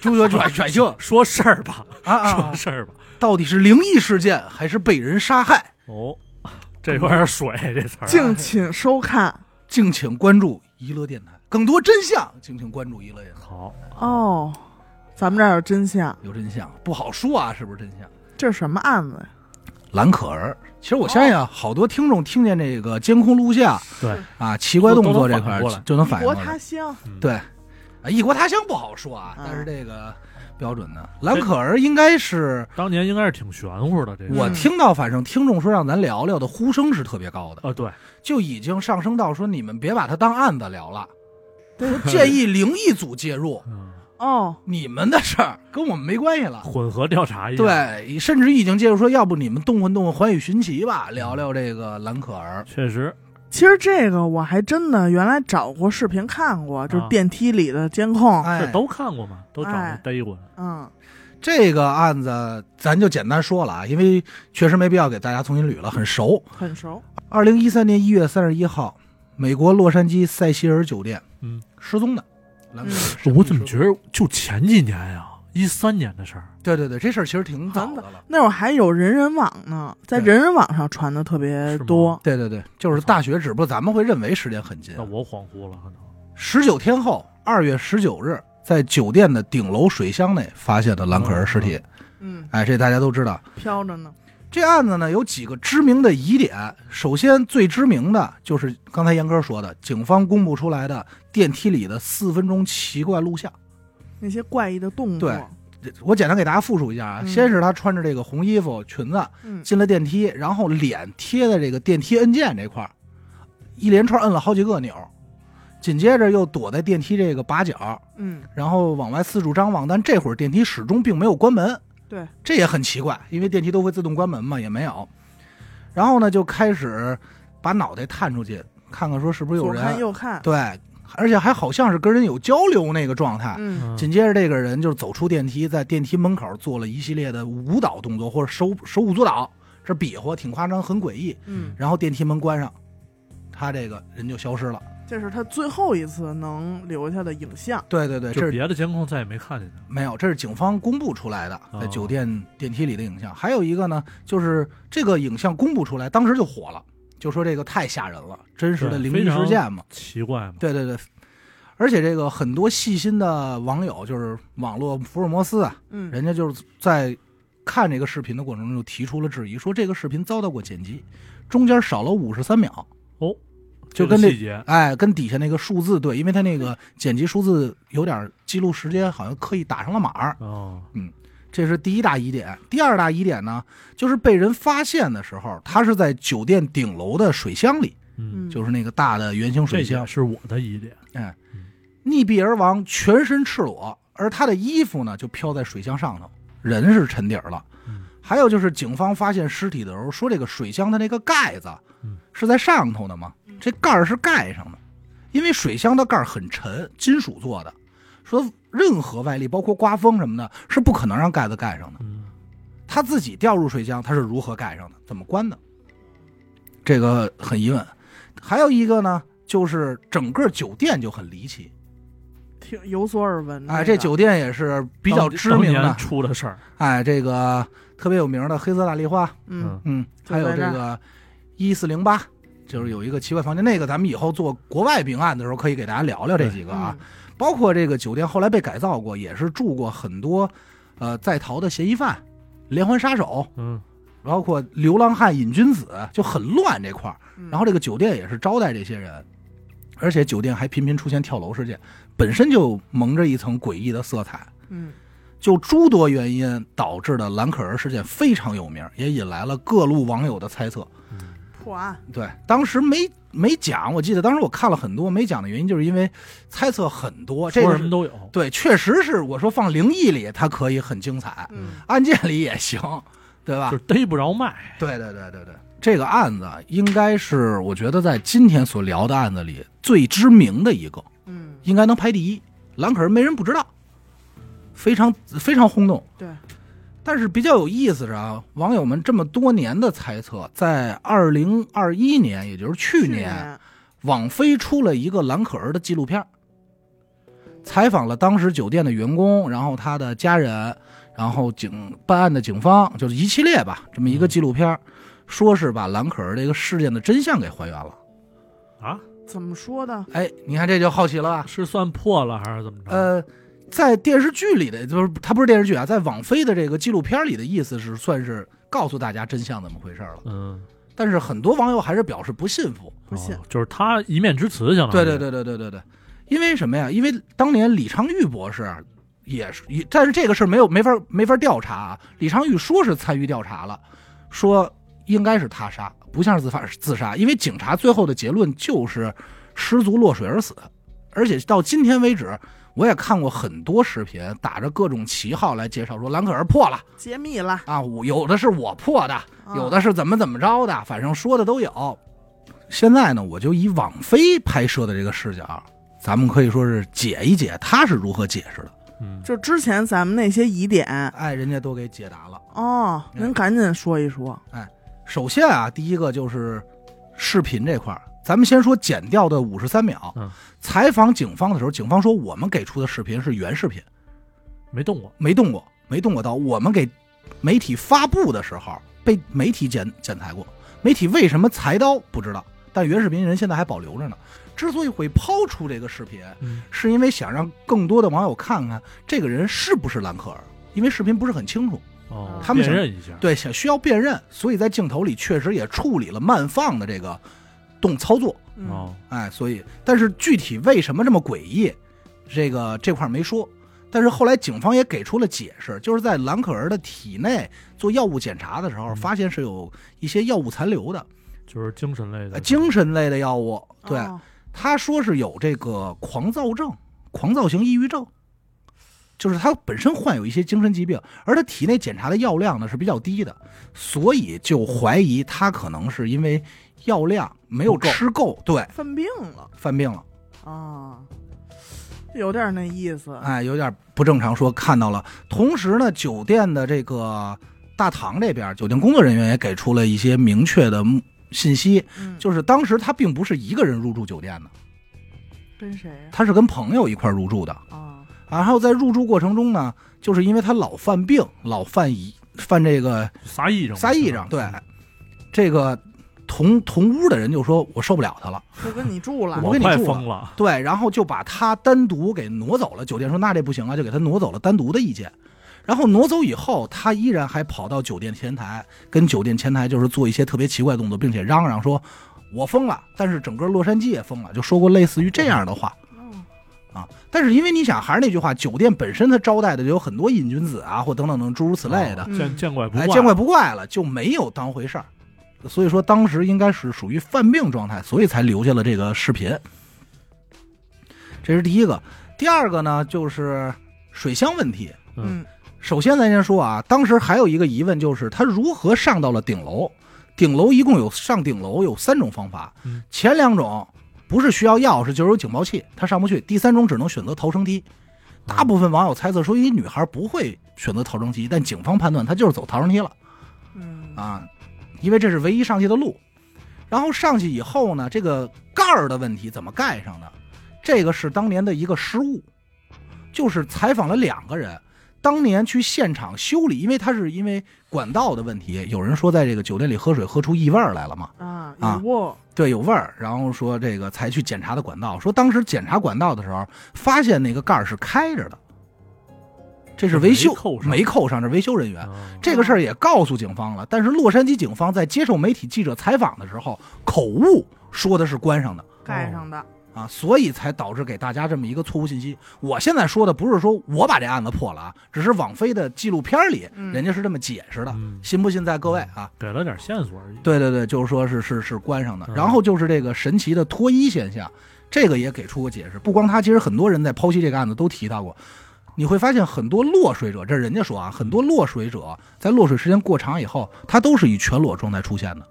诸多揣揣 测
说事儿吧，
啊啊
说！事儿吧。
到底是灵异事件还是被人杀害？
哦，这有点水，这词
哎
儿。啊
敬请收看
敬请关注娱乐电台，更多真相，敬请关注娱乐电台。
好，
哦。咱们这儿有真相，
有真相不好说啊，是不是真相？
这是什么案子呀？
蓝可儿，其实我相信啊，好多听众听见这个监控录像
对，
啊，奇怪动作这块儿
都能反应过来
就能反
异
应
国
过来
他。乡，
对，啊，异国他乡不好说啊，
嗯
但是这个标准呢，蓝可儿应该是
当年应该是挺玄乎的这个。
我听到，反正听众说让咱聊聊的呼声是特别高的，
啊，对，
就已经上升到说你们别把它当案子聊了，
对
建议灵异组介入，
嗯，
哦，
你们的事儿跟我们没关系了。
混合调查一下。
对，甚至已经介入说，要不你们动换动换《寰宇寻奇》吧，
嗯
聊聊这个蓝可儿。
确实，
其实这个我还真的原来找过视频看过，
啊
就是电梯里的监控，
哎
这，哦都看过嘛，都找
哎
人逮过呢。
嗯，
这个案子咱就简单说了啊，因为确实没必要给大家重新捋了，很熟。
很熟。
二零一三年一月三十一号，美国洛杉矶塞西尔酒店，
嗯，
失踪的蓝可
嗯
儿失踪
我怎么
失
觉
踪
得就前几年呀，一三年的事儿，
对对对，这事儿其实挺早的了。
那会儿还有人人网呢，在
对
人人网上传的特别
是吗
多。
对对对，就是大学，只不过咱们会认为时间很近
那。我恍惚了，可能
十九天后，二月十九日，在酒店的顶楼水箱内发现的兰可儿尸
哦
体。
嗯，
哎，这大家都知道。
飘着呢。
这案子呢有几个知名的疑点，首先最知名的就是刚才严哥说的，警方公布出来的电梯里的四分钟奇怪录像。
那些怪异的动作，
对我简单给大家复述一下啊，
嗯
先是他穿着这个红衣服裙子
嗯，
进了电梯，然后脸贴在这个电梯按键这块儿，一连串摁了好几个钮，紧接着又躲在电梯这个把角，
嗯，
然后往外四处张望，但这会儿电梯始终并没有关门。
对，
这也很奇怪，因为电梯都会自动关门嘛，也没有。然后呢，就开始把脑袋探出去，看看说是不是有
左看
人。
右看，
对，而且还好像是跟人有交流那个状态。
嗯，
嗯
紧接着，这个人就走出电梯，在电梯门口做了一系列的舞蹈动作，或者手手舞足蹈，这比划挺夸张，很诡异。
嗯，
然后电梯门关上，他这个人就消失了。
这是他最后一次能留下的影像。
对对对，这
就是别的监控再也没看见他。
没有，这是警方公布出来的，在
哦
酒店电梯里的影像。还有一个呢，就是这个影像公布出来，当时就火了，就说这个太吓人了，真实的
对
灵
非
异
常
事件嘛。
奇怪嘛，
对对对，而且这个很多细心的网友，就是网络福尔摩斯啊，
嗯，
人家就是在看这个视频的过程中就提出了质疑，说这个视频遭到过剪辑，中间少了五十三秒，
哦，
就
这个
跟那
细节，
哎，跟底下那个数字对，因为他那个剪辑数字有点记录时间，好像刻意打上了码儿。
哦，
这是第一大疑点。第二大疑点呢，就是被人发现的时候，他是在酒店顶楼的水箱里，
嗯，
嗯
就是那个大的圆形
这
水
也
箱，
是我的疑点，
溺毙而亡，全身赤裸，而他的衣服呢就飘在水箱上头，人是沉底儿了。
嗯
还有就是，警方发现尸体的时候说，这个水箱的那个盖子
嗯
是在上头的嘛
嗯，
这盖儿是盖上的，因为水箱的盖儿很沉，金属做的，说任何外力，包括刮风什么的，是不可能让盖子盖上的。
嗯，
他自己掉入水箱，他是如何盖上的？怎么关的？这个很疑问。还有一个呢，就是整个酒店就很离奇。
听有所耳闻。
哎，这酒店也是比较
当
知名
当
的
年，出的事儿，
哎，这个特别有名的黑色大丽花，
嗯，
嗯，
就
还有
在
这
这儿
个一四零八，就是有一个奇怪房间，那个咱们以后做国外命案的时候可以给大家聊聊这几个
嗯
啊，包括这个酒店后来被改造过，也是住过很多呃在逃的嫌疑犯、连环杀手，
嗯，
包括流浪汉、瘾君子，就很乱这块儿。
嗯，
然后这个酒店也是招待这些人，而且酒店还频频出现跳楼事件，本身就蒙着一层诡异的色彩。
嗯，
就诸多原因导致的兰可儿事件非常有名，也引来了各路网友的猜测。
嗯
破案，
对，当时没没讲，我记得当时我看了很多没讲的原因，就是因为猜测很多，这
说
个
什么
是
都有，
对，确实是我说放灵异里它可以很精彩，
嗯，
案件里也行，对吧
就？是逮不着卖，
对对对对对，这个案子应该是我觉得在今天所聊的案子里最知名的一个，
嗯，
应该能排第一。兰可儿没人不知道，非常非常轰动。
对，
但是比较有意思是啊，网友们这么多年的猜测，在二零二一年，也就是去年，
年，
网飞出了一个兰可儿的纪录片儿，采访了当时酒店的员工，然后他的家人，然后警办案的警方，就是一系列吧，这么一个纪录片儿，说是把兰可儿这个事件的真相给还原了。
啊，
怎么说的？
哎，你看这就好奇了吧？
是算破了还是怎么着？
呃，在电视剧里的，就是它不是电视剧啊，在网飞的这个纪录片里的意思是，算是告诉大家真相怎么回事了。
嗯，
但是很多网友还是表示不信服。
不信
哦，就是他一面之词，相当于，
对对，对对对对对，因为什么呀？因为当年李昌钰博士也是，也但是这个事儿没有没法没法调查啊。李昌钰说是参与调查了，说应该是他杀，不像是自发自杀，因为警察最后的结论就是失足落水而死。而且到今天为止，我也看过很多视频，打着各种旗号来介绍说兰可儿破了
揭秘了，
啊，我有的是我破的，
啊
有的是怎么怎么着的，反正说的都有。现在呢，我就以网飞拍摄的这个视角，咱们可以说是解一解他是如何解释的。
嗯，
就之前咱们那些疑点
哎，人家都给解答了。
哦，
嗯
您赶紧说一说。
首先啊，第一个就是视频这块儿，咱们先说剪掉的五十三秒。
嗯
采访警方的时候，警方说我们给出的视频是原视频，
没动过，
没动过，没动过刀。我们给媒体发布的时候被媒体剪剪裁过，媒体为什么裁刀不知道，但原视频人现在还保留着呢。之所以会抛出这个视频，
嗯
是因为想让更多的网友看看这个人是不是兰克尔，因为视频不是很清楚，
哦，
他们
辨
想
认一下，
对，想需要辨认，所以在镜头里确实也处理了慢放的这个动操作，
嗯
哦，
哎，所以但是具体为什么这么诡异，这个这块儿没说。但是后来警方也给出了解释，就是在兰克尔的体内做药物检查的时候，
嗯
发现是有一些药物残留的，
就是精神类
呃
的，
精神类的药物。对，
哦
他说是有这个狂躁症、狂躁型抑郁症，就是他本身患有一些精神疾病，而他体内检查的药量呢是比较低的，所以就怀疑他可能是因为药量没有
不够
吃够，对，
犯病了
犯病了。
啊，有点那意思。
哎，有点不正常，说看到了。同时呢，酒店的这个大堂这边，酒店工作人员也给出了一些明确的信息，
嗯，
就是当时他并不是一个人入住酒店的，
跟谁呀？
他是跟朋友一块儿入住的。
啊，
然后在入住过程中呢，就是因为他老犯病，老犯疑犯这个
撒癔症，嗯
撒癔症，对，这个同同屋的人就说我受不了他了，
不跟你住了
我
我
跟你
快
住啊
疯了，
对，然后就把他单独给挪走了。酒店说那这不行啊，就给他挪走了单独的意见。然后挪走以后，他依然还跑到酒店前台，跟酒店前台就是做一些特别奇怪的动作，并且嚷嚷说：“我疯了。”但是整个洛杉矶也疯了，就说过类似于这样的话
嗯
啊。但是因为你想，还是那句话，酒店本身它招待的就有很多瘾君子啊，或等等等诸如此类的，
哦见
嗯
见怪不
哎，
怪，
见怪不怪了，就没有当回事儿。所以说，当时应该是属于犯病状态，所以才留下了这个视频。这是第一个，第二个呢，就是水箱问题。
嗯
首先，咱先说啊，当时还有一个疑问，就是他如何上到了顶楼？顶楼一共有上顶楼有三种方法
嗯，
前两种不是需要钥匙就是有警报器，他上不去；第三种只能选择逃生梯。大部分网友猜测说，一女孩不会选择逃生梯，但警方判断她就是走逃生梯了。
嗯
啊，因为这是唯一上去的路。然后上去以后呢，这个盖儿的问题怎么盖上的，这个是当年的一个失误，就是采访了两个人，当年去现场修理，因为他是因为管道的问题，有人说在这个酒店里喝水喝出异味儿来了嘛，
啊，
啊
有过
对，有味儿，然后说这个才去检查的管道，说当时检查管道的时候，发现那个盖儿是开着的，这是维
没
修
扣上
没扣上，这是维修人员。
哦
这个事儿也告诉警方了，但是洛杉矶警方在接受媒体记者采访的时候，口误说的是关上的
盖上的，
啊，所以才导致给大家这么一个错误信息。我现在说的不是说我把这案子破了啊，只是网飞的纪录片里
嗯
人家是这么解释的，
嗯
信不信在各位啊？
给了点线索而已，
对对对，就是说是是是关上的。
嗯
然后就是这个神奇的脱衣现象，这个也给出过解释。不光他，其实很多人在剖析这个案子都提到过。你会发现很多落水者，这人家说啊，很多落水者在落水时间过长以后，他都是以全裸状态出现的，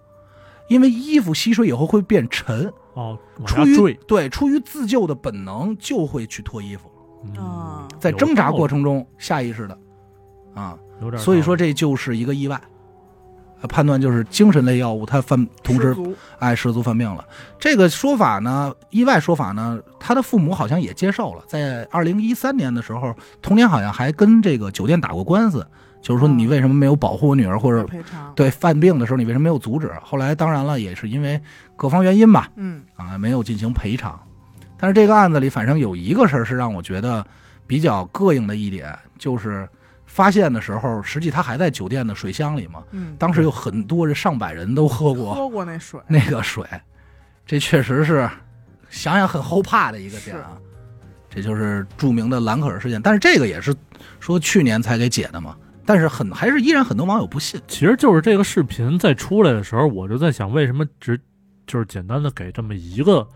因为衣服吸水以后会变沉，
哦，往
出
下
于
坠，
对出于自救的本能就会去脱衣服，
啊
嗯，
在
有
挣扎
道
过
理
程中下意识的啊，
有点，
所以说。这就是一个意外。呃判断就是精神类药物，它犯同时
失足
哎，失足犯病了。这个说法呢，意外说法呢，他的父母好像也接受了，在二零一三年的时候，童年好像还跟这个酒店打过官司，就是说
嗯
你为什么没有保护我女儿，或
要
者
赔偿，
对犯病的时候你为什么没有阻止？后来当然了，也是因为各方原因吧，
嗯
啊，没有进行赔偿。但是这个案子里，反正有一个事儿是让我觉得比较膈应的一点，就是发现的时候，实际他还在酒店的水箱里嘛，
嗯，
当时有很多人，上百人都喝过。
喝过那水，
那个水，这确实是想想很后怕的一个点啊。这就是著名的兰可儿事件，但是这个也是说去年才给解的嘛。但是很还是依然很多网友不信，
其实就是这个视频在出来的时候，我就在想，为什么只就是简单的给这么一个，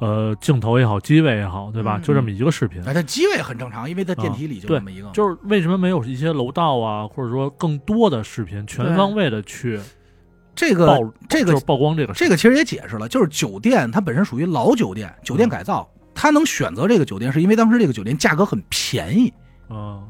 呃，镜头也好，机位也好，对吧？
嗯
就这么一个视频，
哎，它机位很正常，因为在电梯里就
啊对
这么一个嘛。
就是为什么没有一些楼道啊，或者说更多的视频，全方位的去
这
曝
个，这
就
个
是曝光这个事
这个其实也解释了，就是酒店它本身属于老酒店，酒店改造，它能选择这个酒店是因为当时这个酒店价格很便宜，
嗯，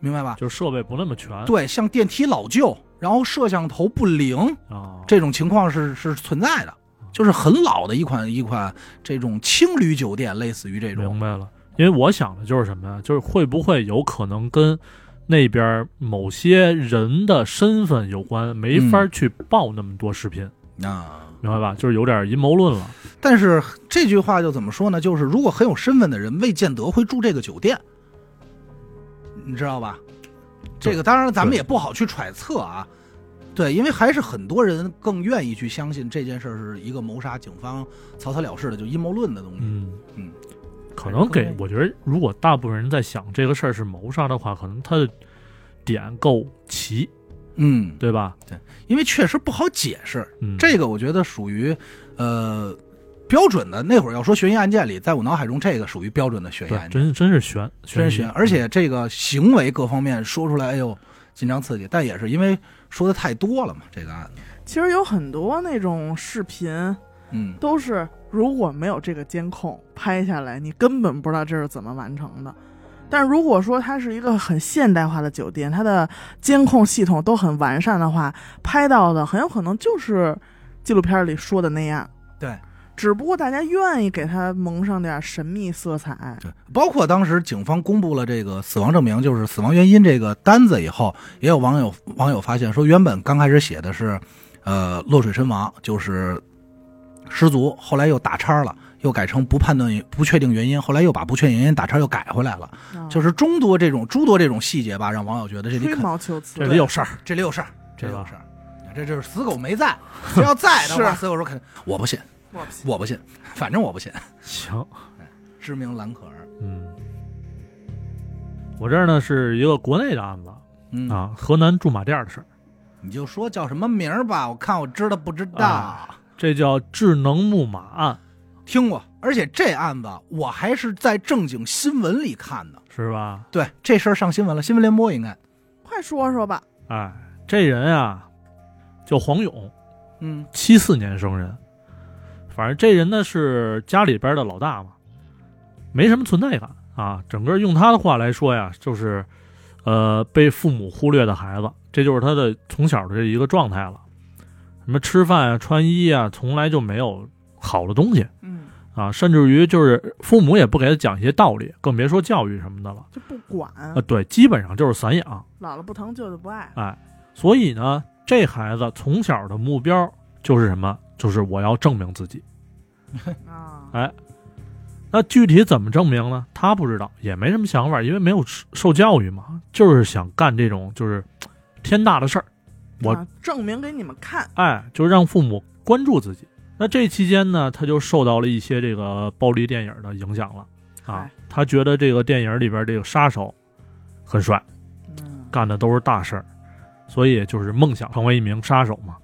明白吧？
就是设备不那么全，
对，像电梯老旧，然后摄像头不灵，
啊，
这种情况是是存在的，就是很老的一款一款这种青旅酒店，类似于这种
明白了。因为我想的就是什么呀？就是会不会有可能跟那边某
嗯
些人的身份有关，没法去报那么多视频。
啊，
明白吧？就是有点阴谋论了。
但是这句话就怎么说呢？就是如果很有身份的人，未见得会住这个酒店，你知道吧？
对
这个当然咱们
对
也不好去揣测啊。对，因为还是很多人更愿意去相信这件事儿是一个谋杀、警方草草了事的，就阴谋论的东西。
嗯
嗯，
可能
还是
给
更
我觉得，如果大部分人在想这个事儿是谋杀的话，可能他的点够齐，
嗯，
对吧？
因为确实不好解释，
嗯，
这个我觉得属于呃标准的。那会儿要说悬疑案件里，在我脑海中这个属于标准的悬疑
对，
案件，
真真是悬，
真
悬
悬。
疑
而且这个行为各方面说出来，哎呦紧张刺激，但也是因为说的太多了嘛，这个案子，
其实有很多那种视频
嗯，
都是，如果没有这个监控拍下来，你根本不知道这是怎么完成的。但如果说它是一个很现代化的酒店，它的监控系统都很完善的话，拍到的很有可能就是纪录片里说的那样。
对
只不过大家愿意给它蒙上点神秘色彩。啊
对，包括当时警方公布了这个死亡证明，就是死亡原因这个单子以后，也有网友网友发现说，原本刚开始写的是呃落水身亡，就是失足，后来又打叉了。又改成不判断不确定原因，后来又把不确定原因打叉又改回来了，
嗯
啊
就是诸多这种诸多这种细节吧，让网友觉得这里
吹
肯
毛求疵，
这里有事儿，
这里有事儿，这
对
里有
吧
事儿，这就是死狗没在， 这要在的话，
是
死狗说肯定我不信，
我不信
我不信，反正我不信。
行，
知名蓝可儿，
嗯。我这儿呢是一个国内的案子
嗯，
啊，河南驻马店儿的事儿，
你就说叫什么名儿吧，我看我知道不知道。
啊这叫智能木马案，
听过，而且这案子我还是在正经新闻里看的。
是吧？
对，这事儿上新闻了，新闻联播应该，
快说说吧。
哎，这人啊叫黄勇，
嗯
七四年生人，反正这人呢是家里边的老大嘛，没什么存在感啊。整个用他的话来说呀，就是呃被父母忽略的孩子，这就是他的从小的这一个状态了。什么吃饭啊、穿衣啊，从来就没有好的东西
嗯，
啊，甚至于就是父母也不给他讲一些道理，更别说教育什么的了。
就不管，
啊，对，基本上就是散养。
姥姥不疼，舅舅不爱。
哎，所以呢，这孩子从小的目标就是什么？就是我要证明自己。
啊
哎，那具体怎么证明呢？他不知道，也没什么想法，因为没有受受教育嘛，就是想干这种就是嘖天大的事儿，我
啊证明给你们看。
哎，就让父母关注自己。那这期间呢，他就受到了一些这个暴力电影的影响了啊
嗨，
他觉得这个电影里边这个杀手很帅，
嗯，
干的都是大事儿，所以就是梦想成为一名杀手嘛。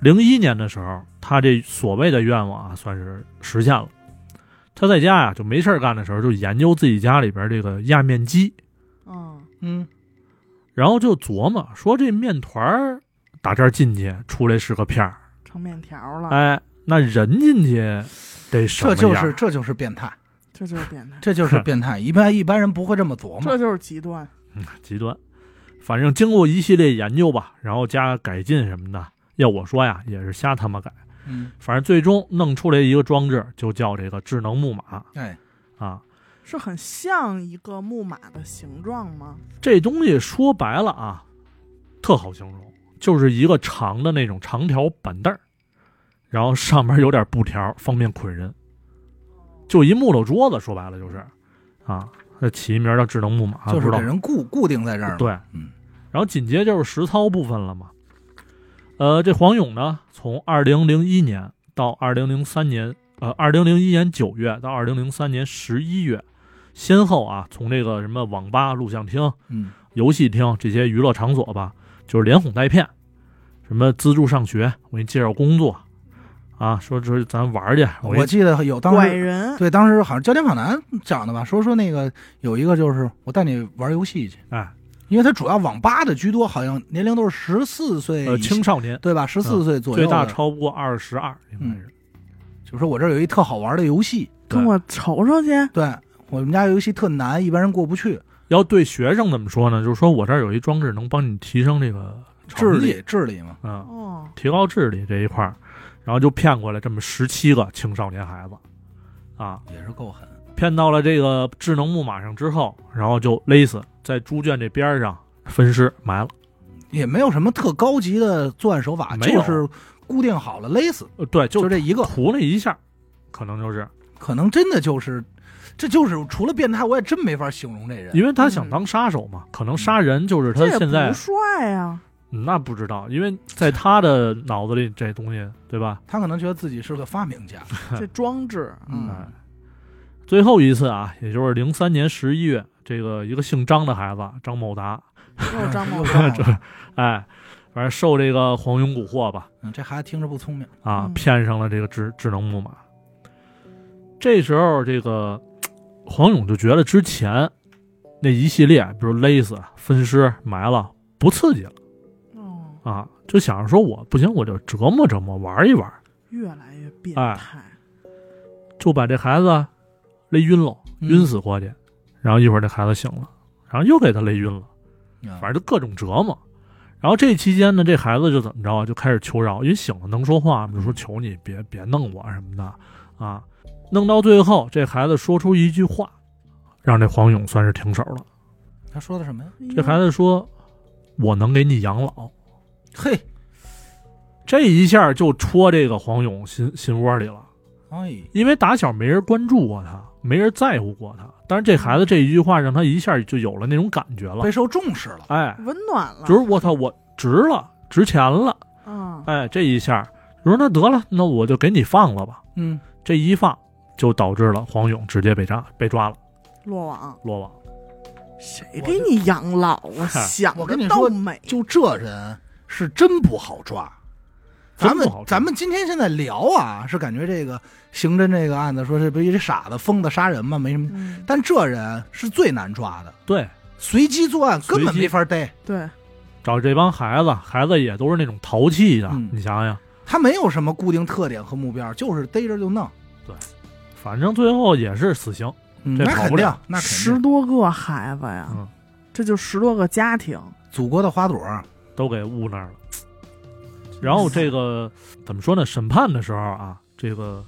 零一年的时候，他这所谓的愿望啊，算是实现了。他在家呀、就没事儿干的时候，就研究自己家里边这个压面机，
嗯，
嗯，
然后就琢磨说这面团儿打这儿进去出来是个片儿，
成面条了，
哎，那人进去得什么
啊这就
样？
是这就是变态，
这就是变 态，
这就是变 态。一般一般人不会这么琢磨
这。就是极端。
嗯，极端。反正经过一系列研究吧，然后加改进什么的，要我说呀，也是瞎他妈改。
嗯，
反正最终弄出来一个装置，就叫这个智能木马
哎，
啊。
是很像一个木马的形状吗？
这东西说白了啊，特好形容，就是一个长的那种长条板凳儿，然后上面有点布条，方便捆人，就一木头桌子。说白了就是啊，这起一名叫智能木马，
就
不
是
知道
给人固固定在这儿。，
对，
嗯。
然后紧接着就是实操部分了嘛。呃，这黄勇呢，从二零零一年到二零零三年，呃，二零零一年九月到二零零三年十一月，先后啊，从这个什么网吧、录像厅、
嗯，
游戏厅这些娱乐场所吧，就是连哄带骗，什么资助上学，我给你介绍工作，啊，说说咱玩儿去，我给
我
你
记得有当
拐
时
人，
对当时好像焦点访谈讲的吧，说说那个有一个就是我带你玩游戏去，
哎，
因为他主要网吧的居多，好像年龄都是十四岁
呃
以
青少年
对吧？十四岁左右
最
的，
大超不过二十二，应该是。
就说我这儿有一特好玩的游戏，
对
跟我瞅瞅去。
对我们家游戏特难，一般人过不去，
要对学生怎么说呢？就是说我这儿有一装置能帮你提升这个成
智
绩
力智力嘛，
嗯，
哦，
提高智力这一块儿，然后就骗过来这么十七个青少年孩子，啊，
也是够狠。
骗到了这个智能木马上之后，然后就勒死在猪圈这边儿上分尸埋了。
也没有什么特高级的作案手法，
没有
就是固定好了勒死，
呃对，
就
就
这一个，
涂了一下，可能就是
可能真的就是，这就是除了变态，我也真没法形容这人。
因为他想当杀手嘛，可能杀人就是他
这嗯也
现在
不帅 啊，
嗯那不知道，因为在他的脑子里这东西，对吧？
他可能觉得自己是个发明家，
这装 置，
嗯
哎，最后一次啊，也就是零三年十一月，这个一个姓张的孩子张某达，
又是张某
又
达
是张某达
哎，反正受这个黄庸蛊惑吧，
嗯，这孩子听着不聪明，
啊，
嗯
骗上了这个智智能木马。这时候，这个黄勇就觉得之前那一系列，比如勒死、分尸、埋了，不刺激了
哦，
啊，就想着说我不行，我就折磨折磨，玩一玩，
越来越变
哎
态，
就把这孩子勒晕了，
嗯
晕死过去。然后一会儿这孩子醒了，然后又给他勒晕了，
嗯
反正就各种折磨。然后这期间呢，这孩子就怎么着啊，就开始求饶，因为醒了能说话，比如说求你别别弄我什么的啊。弄到最后，这孩子说出一句话，让这黄勇算是停手了。
他说的什么呀？
这孩子说：“我能给你养老。
嘿，”哎
这一下就戳这个黄勇心心窝里了。
哎，
因为打小没人关注过他，没人在乎过他。但是这孩子这一句话让他一下就有了那种感觉了
备，受重视了，
哎，
温暖了，
就是我操，我值了，值钱了，
啊，
哎，这一下，我说那得了，那我就给你放了吧。
嗯，
这一放就导致了黄勇直接被抓，被抓了，
落网，
落网。
谁给你养 老啊？
嗨
想
我
的
跟你
倒
说
美，
就这人是真不好抓。
真
咱们
不好抓
咱们今天现在聊啊，是感觉这个刑侦这个案子，说这不是一傻子疯子杀人吗？没什么，
嗯，
但这人是最难抓的，
对，
随机作案根本
随机
没法逮，
对，
找这帮孩子，孩子也都是那种淘气的，
嗯
你想想，
他没有什么固定特点和目标，就是逮着就弄。
反正最后也是死刑。
嗯
这
那
跑
肯
不
定
了，
那肯
十
定。
多个孩子呀，
嗯
这就十多个家庭，
祖国的花朵，
都给捂那儿了。然后这个怎么说呢？审判的时候啊，这个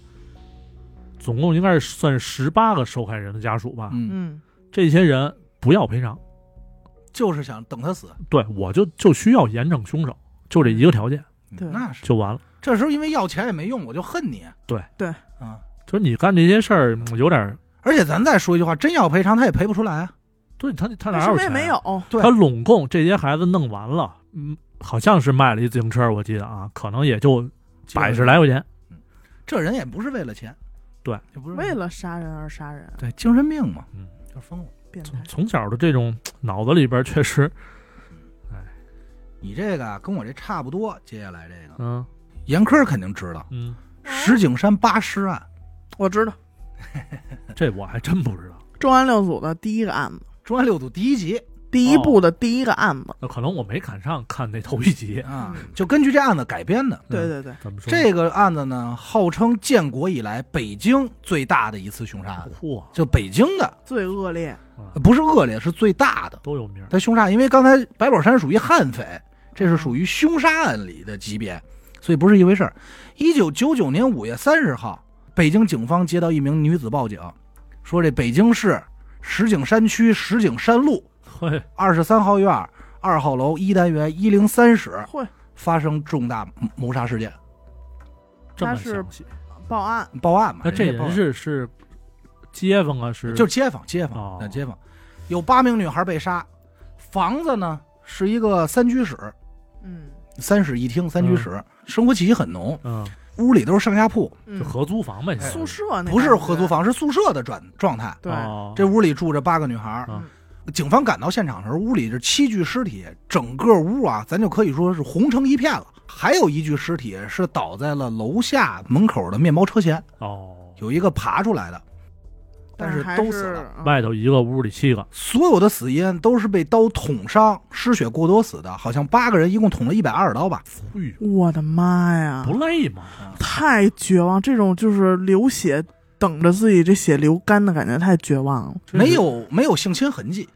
总共应该是算十八个受害人的家属吧，
嗯，
嗯，
这些人不要赔偿，
就是想等他死。
对我就就需要严整凶手，就这一个条件
对
那是
就完了。
这时候因为要钱也没用，我就恨你。
对
对
啊，
就是你干这些事儿嗯有点儿，
而且咱再说一句话，真要赔偿他也赔不出来啊。
对他他
为
哪
什
有
么
钱、啊
也没有，，
对
他拢共这些孩子弄完了，嗯，好像是卖了一自行车，我记得啊，可能也就百十来块钱。
这人也不是为了钱，
对，
也不是
为了杀人而杀人，
对精神病嘛，
嗯，
就是疯了。
变态
从，从小的这种脑子里边确实，
你这个啊跟我这差不多。接下来这个，
嗯
严科肯定知道
嗯，
啊
石景山八尸案，
我知道，
这我还真不知道。
重案六组的第一个案子，
中央六组第一集
第一
哦
部的第一个案
嗯
子，
那可能我没赶上看那头一集。
啊
嗯，
就根据这案子改编的。
对对对，
怎么说呢？
这个案子呢，号称建国以来北京最大的一次凶杀案，
嚯，
就北京的
最恶劣，
啊
呃不是恶劣，是最大的。
都有名儿。
他凶杀，因为刚才白宝山属于悍匪，这是属于凶杀案里的级别，所以不是一回事儿。一九九九年五月三十号，北京警方接到一名女子报警，说这北京市石景山区石景山路
嘿，
二十三号院二号楼一单元一零三室
会
发生重大谋谋杀事件，
这么
他是
详细。
报案，
报案嘛？
那这
人家报案
人是是街坊啊，是
就是街坊，街坊，
哦
那街坊，有八名女孩被杀，房子呢是一个三居室，
嗯
三室一厅，三居室，生活气息很浓，
嗯，
屋里都是上下铺，
嗯
就，合租房呗，
宿舍那
哎不是
感觉
合租，房，是宿舍的转状态。
对，
哦
这屋里住着八个女孩，
嗯
警方赶到现场的时候，屋里是七具尸体，整个屋啊，咱就可以说是红成一片了。还有一具尸体是倒在了楼下门口的面包车前，
哦，
有一个爬出来的，但
是
是
还
都死了。
嗯
外头一个屋里七个，
所有的死因都是被刀捅伤、失血过多死的，好像八个人一共捅了一百二十刀吧。
哎呦
我的妈
啊
呀！
不累吗？
太绝望，这种就是流血，等着自己这血流干的感觉太绝望了。
真是
没有没有性侵痕迹，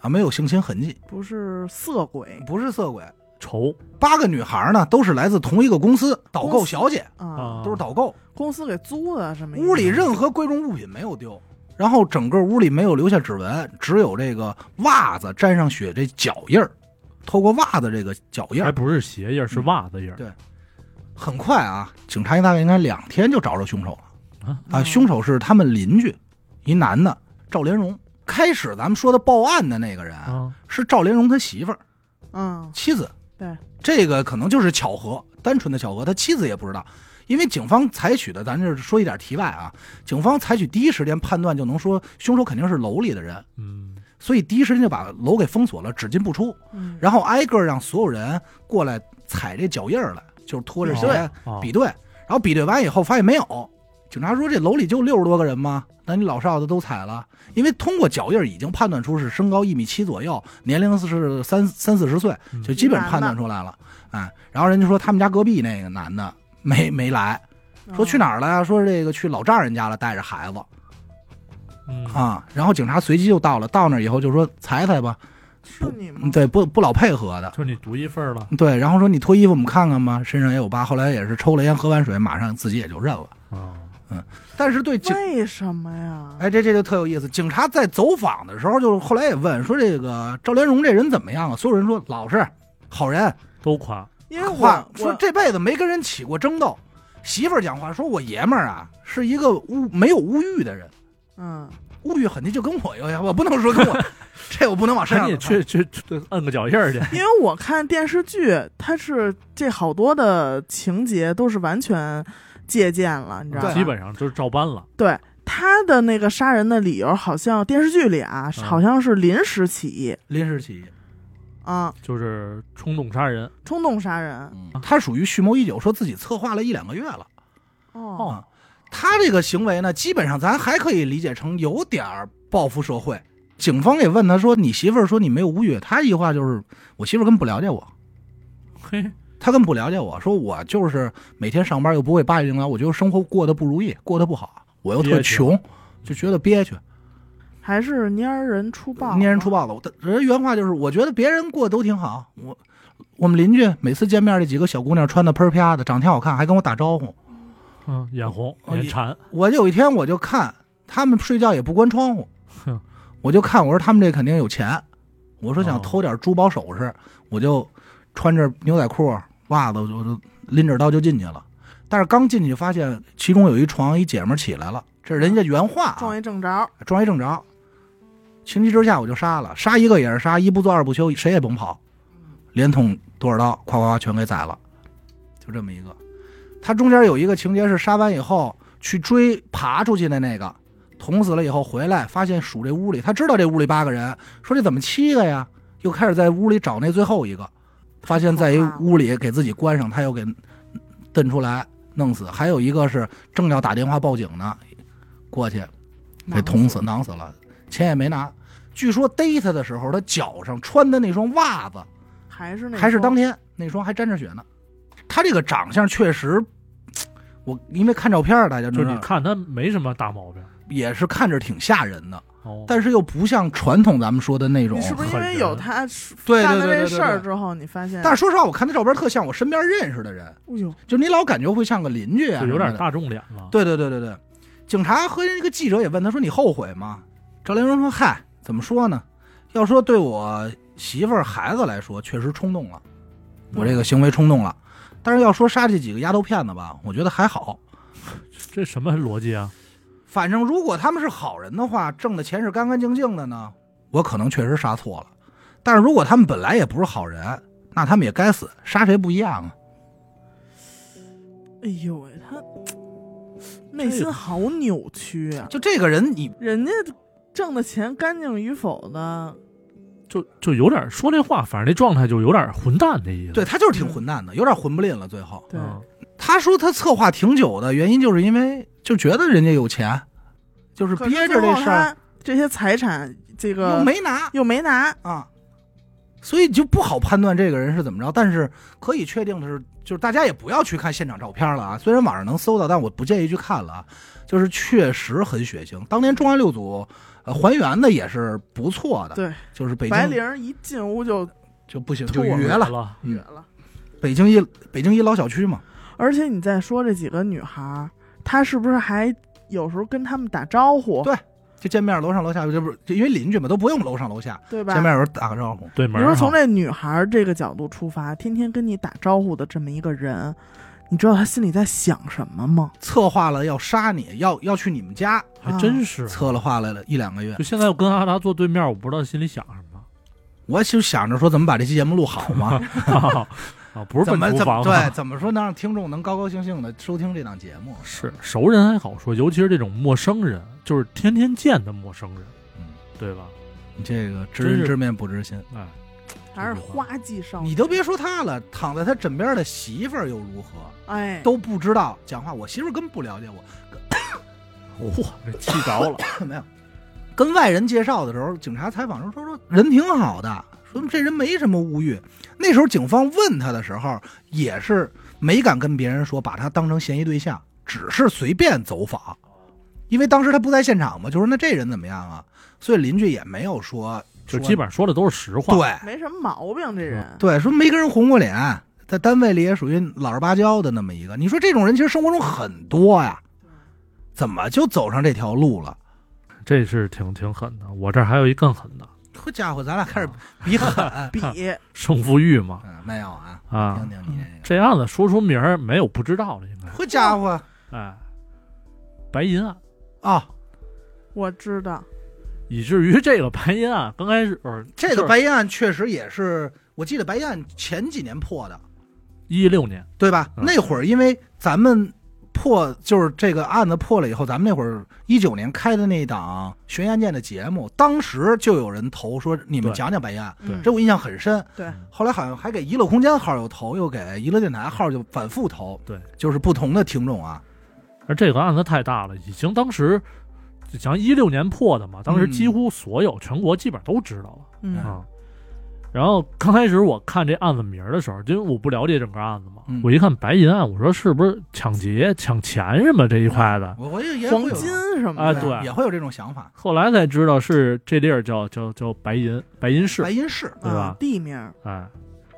啊，没有性侵痕迹，
不是色鬼
不是色鬼。
愁
八个女孩呢，都是来自同一个公司，导购小姐，
啊，
啊，
都是导购。
公司给租的什么意思？
哦屋里任何贵重物品没有丢，然后整个屋里没有留下指纹，只有这个袜子沾上血这脚印儿，透过袜子这个脚印
还
儿。
不是鞋印儿，是袜子印儿
嗯对很快啊，警察一大概应该两天就找着凶手了
啊
嗯
啊！凶手是他们邻居，一男的赵连荣。开始咱们说的报案的那个人
啊。
是赵连荣他媳妇儿
嗯，
妻子。
对，
这个可能就是巧合，单纯的巧合，他妻子也不知道。因为警方采取的，咱这说一点题外啊，警方采取第一时间判断就能说凶手肯定是楼里的人，
嗯，
所以第一时间就把楼给封锁了，只进不出，
嗯
然后挨个让所有人过来踩这脚印儿来，就是拖着鞋
哦哦
比对，然后比对完以后发现没有，警察说这楼里就六十多个人吗？那你老少的都踩了，因为通过脚印儿已经判断出是身高一米七左右，年龄是三三四十岁，
嗯
就基本判断出来了。哎，然后人家说他们家隔壁那个男的没没来，说去
哪？
哪儿了呀？说这个去老丈人家了，带着孩子
嗯
啊。然后警察随即就到了，到那儿以后就说裁裁吧，
是你吗
嗯？对，不不老配合的。
就是你独一份儿了，
对，然后说你脱衣服我们看看吧，身上也有疤。后来也是抽了烟，喝完水，马上自己也就认了。
啊，
但是对警，
为什么呀？
哎，这这就特有意思。警察在走访的时候，就后来也问说这个赵连荣这人怎么样啊？所有人说老实，好人，
都夸，
因为
话
我
说
我
这辈子没跟人起过争斗。媳妇儿讲话说，我爷们儿啊是一个无没有物欲的人，
嗯，
物欲很低，就跟我一样。我不能 说跟我，这我不能往身
赶
上
哎
啊
紧
去。
去去去摁个脚印儿去，
因为我看电视剧，它是这好多的情节都是完全借鉴了，你知道吧？
对
基本上就是照搬了。
对他的那个杀人的理由，好像电视剧里啊，
嗯
好像是临时起意
临时起意，
啊，
就是冲动杀人，
冲动杀人。
他属于蓄谋已久，说自己策划了一两个月了。
哦，
啊他这个行为呢，基本上咱还可以理解成有点儿报复社会。警方也问他说：“你媳妇儿说你没有物欲？”他一句话就是：“我媳妇儿根本不了解我，
嘿，
她根本不了解我。说我就是每天上班又不会八九零聊，我觉得生活过得不如意，过得不好，我又特
憋屈
穷，就觉得憋屈。
还是蔫儿人出啊暴，
捏人出。豹子。我人原话就是，我觉得别人过得都挺好，我我们邻居每次见面这几个小姑娘穿的喷儿啪的，长得挺好看，还跟我打招呼。
嗯，眼红
哦
眼
也
馋，
我有一天我就看他们睡觉也不关窗户
哼，
我就看我说他们这肯定有钱，我说
哦
想偷点珠宝首饰，我就穿着牛仔裤袜子，我就我就拎着刀就进去了。但是刚进去就发现其中有一床一姐们儿起来了，这是人家原话、啊，
撞一正着，
撞一正着，情急之下我就杀了，杀一个也是杀，一不做二不休，谁也甭跑，连捅多少刀，夸夸夸全给宰了，就这么一个。他中间有一个情节是杀完以后去追爬出去的那个，捅死了以后回来发现数这屋里，他知道这屋里八个人，说这怎么七个呀？又开始在屋里找那最后一个，发现在一屋里给自己关上，他又给蹬出来弄死。还有一个是正要打电话报警呢，过去给捅死、囊死了，钱也没拿。据说逮他的时候，他脚上穿的那双袜子
还是那
还是
种
当天那双还沾着血呢。他这个长相确实，我因为看照片儿大家
就
知
是
道
你，看他没什么大毛病。
也是看着挺吓人的，
哦，
但是又不像传统咱们说的那种
你。是不是因
狠
为
人
有他是
对对
干了
对
这
对对
事儿
对
之后，你发现？
但是说实话，我看他照片儿特像我身边认识的人，
哎呦，
就你老感觉会像个邻居啊，
就有点。大众脸了。
对对对对对，警察和那个记者也问他说：“你后悔吗？”赵连荣说：“嗨，怎么说呢？要说对我媳妇儿、孩子来说，确实冲动了，我这个行为冲动了。但是要说杀这几个丫头片子吧，我觉得还好。
这什么逻辑啊？
反正如果他们是好人的话，挣的钱是干干净净的呢，我可能确实杀错了。但是如果他们本来也不是好人，那他们也该死，杀谁不一样啊？
哎呦喂，他内心好扭曲啊！
就这个人，你
人家挣的钱干净与否的，
就就有点说这话，反正这状态就有点混蛋的意思。
对他就是挺混蛋的，有点混不吝了。最后，
对，
嗯
他说他策划挺久的原因，就是因为就觉得人家有钱，就是
可
憋
是
着
最
这
后
事儿
他这些财产，这个
又没拿
又没拿，
啊，所以就不好判断这个人是怎么着。但是可以确定的是，就是大家也不要去看现场照片了啊。虽然网上能搜到，但我不建议去看了啊。就是确实很血腥。当年重案六组呃还原的也是不错的，
对，
就是北
白
京
玲一进屋就
就不行
吐
就
我
绝了。
了，
嗯
绝了。
北京一北京一老小区嘛，
而且你再说这几个女孩儿，她是不是还有时候跟他们打招呼？
对就见面楼上楼下，这不是就因为邻居嘛，都不用楼上楼下，
对吧？
见面有人打个招呼，
对
你
门
说
儿
从
好，
这女孩儿这个角度出发，天天跟你打招呼的这么一个人，你知道她心里在想什么吗？
策划了要杀你，要要去你们家，
还真是。啊
策了划来了一两个月
就，现在我跟阿达坐对面，我不知道心里想什么。
我就想着说怎么把这期节目录好嘛，
啊， 不是
怎
奔
么
厨
怎么
房啊、
对，怎么说能让听众能高高兴兴的收听这档节目？
是熟人还好说，尤其是这种陌生人，就是天天见的陌生人，
嗯，
对吧？
你这个知
真
人
是
知面不知心，
哎，
还是花季少
你
女，
都别说他了，躺在他枕边的媳妇儿又如何？
哎，
都不知道讲话，我媳妇儿根本不了解我，
嚯，这气着了，
没有，跟外人介绍的时候，警察采访的时候说说人挺好的，说这人没什么物欲。那时候警方问他的时候，也是没敢跟别人说把他当成嫌疑对象，只是随便走访，因为当时他不在现场嘛，就说那这人怎么样啊？所以邻居也没有说，
就
说
基本上说的都是实话。
对
没什么毛病，这人。，
对，说没跟人红过脸，在单位里也属于老实巴交的那么一个。你说这种人其实生活中很多呀，怎么就走上这条路了？
这是挺挺狠的。我这儿还有一更狠的，啊
好家伙，咱俩开始比狠
比
胜负欲嘛
嗯，没有啊，
啊
听，听你这
这案子说出名儿没有不知道的，应
个，
该
好家伙哦啊、
哎，白银案，
我知道，
以至于这个白银案刚开始呃
这个
白
白银案确实也是，我记得白银案前几年破的，
一六年，
对吧？
嗯
那会儿因为咱们破，就是这个案子破了以后，咱们那会儿一九年开的那档悬疑案件的节目，当时就有人投说你们
对
讲讲白银案，
对
嗯
这我印象很深。
对
后来好像还给娱乐空间号又投，又给娱乐电台号就反复投，
对，
就是不同的听众啊，
而这个案子太大了，已经当时就像一六年破的嘛，当时
嗯
几乎所有全国基本上都知道了。
嗯，
啊。然后刚开始我看这案子名儿的时候，因为我不了解整个案子嘛，
嗯
我一看白银案，我说是不是抢劫、抢钱什么这一块的？
我我也也
黄
会有
金什么
啊
的，
对
也会有这种想法。
后来才知道是这地儿叫叫叫白银白银市
白，银市
对吧
啊地名儿，
哎，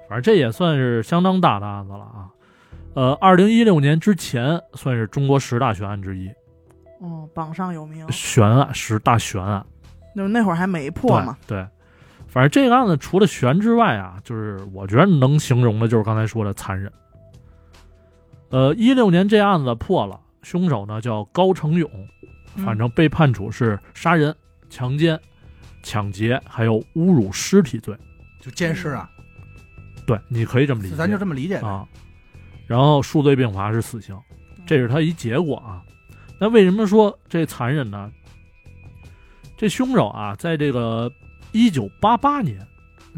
反正这也算是相当大的案子了啊。呃，二零一六年之前算是中国十大悬案之一，
嗯，榜上有名。
悬案十大悬案，
就是那会儿还没破嘛，
对。对反正这个案子除了悬之外啊，就是我觉得能形容的就是刚才说的残忍。呃，一六年这案子破了，凶手呢叫高成勇，
嗯
反正被判处是杀人、强奸、抢劫，还有侮辱尸体罪。
就监视啊，
对，你可以这么理解，
咱就这么理解呗。
啊。然后数罪并罚是死刑，这是他一结果啊。那为什么说这残忍呢？这凶手啊，在这个一九八八年，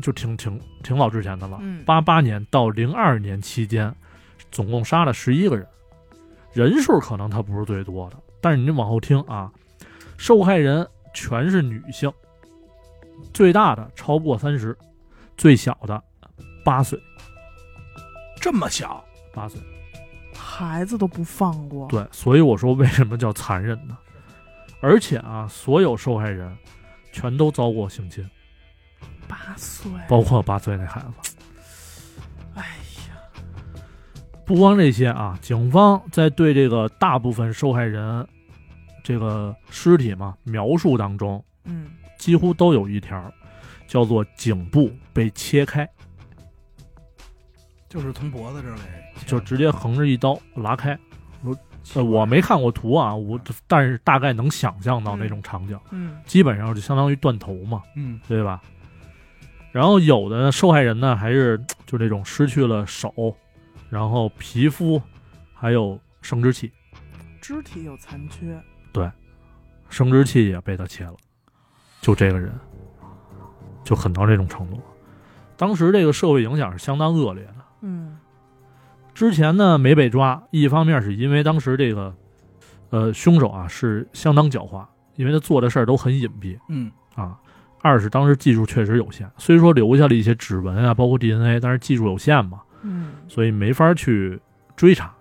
就挺挺挺老之前的了
嗯，
八八、年到零二年期间，总共杀了十一个人，人数可能他不是最多的，但是你往后听啊，受害人全是女性，最大的超过三十，最小的八岁，
这么小，
八岁。
孩子都不放过。
对，所以我说为什么叫残忍呢？而且啊，所有受害人全都遭过性侵，
八岁，
包括八岁那孩子。
哎呀，
不光这些啊，警方在对这个大部分受害人这个尸体嘛描述当中，
嗯，
几乎都有一条叫做颈部被切开，
就是从脖子这儿来，
就直接横着一刀拉开。呃，我没看过图啊，我但是大概能想象到那种场景，
嗯
基本上就相当于断头嘛。
嗯，
对吧？然后有的受害人呢，还是就这种失去了手，然后皮肤，还有生殖器，
肢体有残缺，
生殖器也被他切了，就这个人就狠到这种程度。当时这个社会影响是相当恶劣的。
嗯
之前呢没被抓，一方面是因为当时这个，呃，凶手啊是相当狡猾，因为他做的事儿都很隐蔽，
嗯，
啊。二是当时技术确实有限，虽说留下了一些指纹啊，包括 DNA，但是技术有限嘛，
嗯，
所以没法去追查。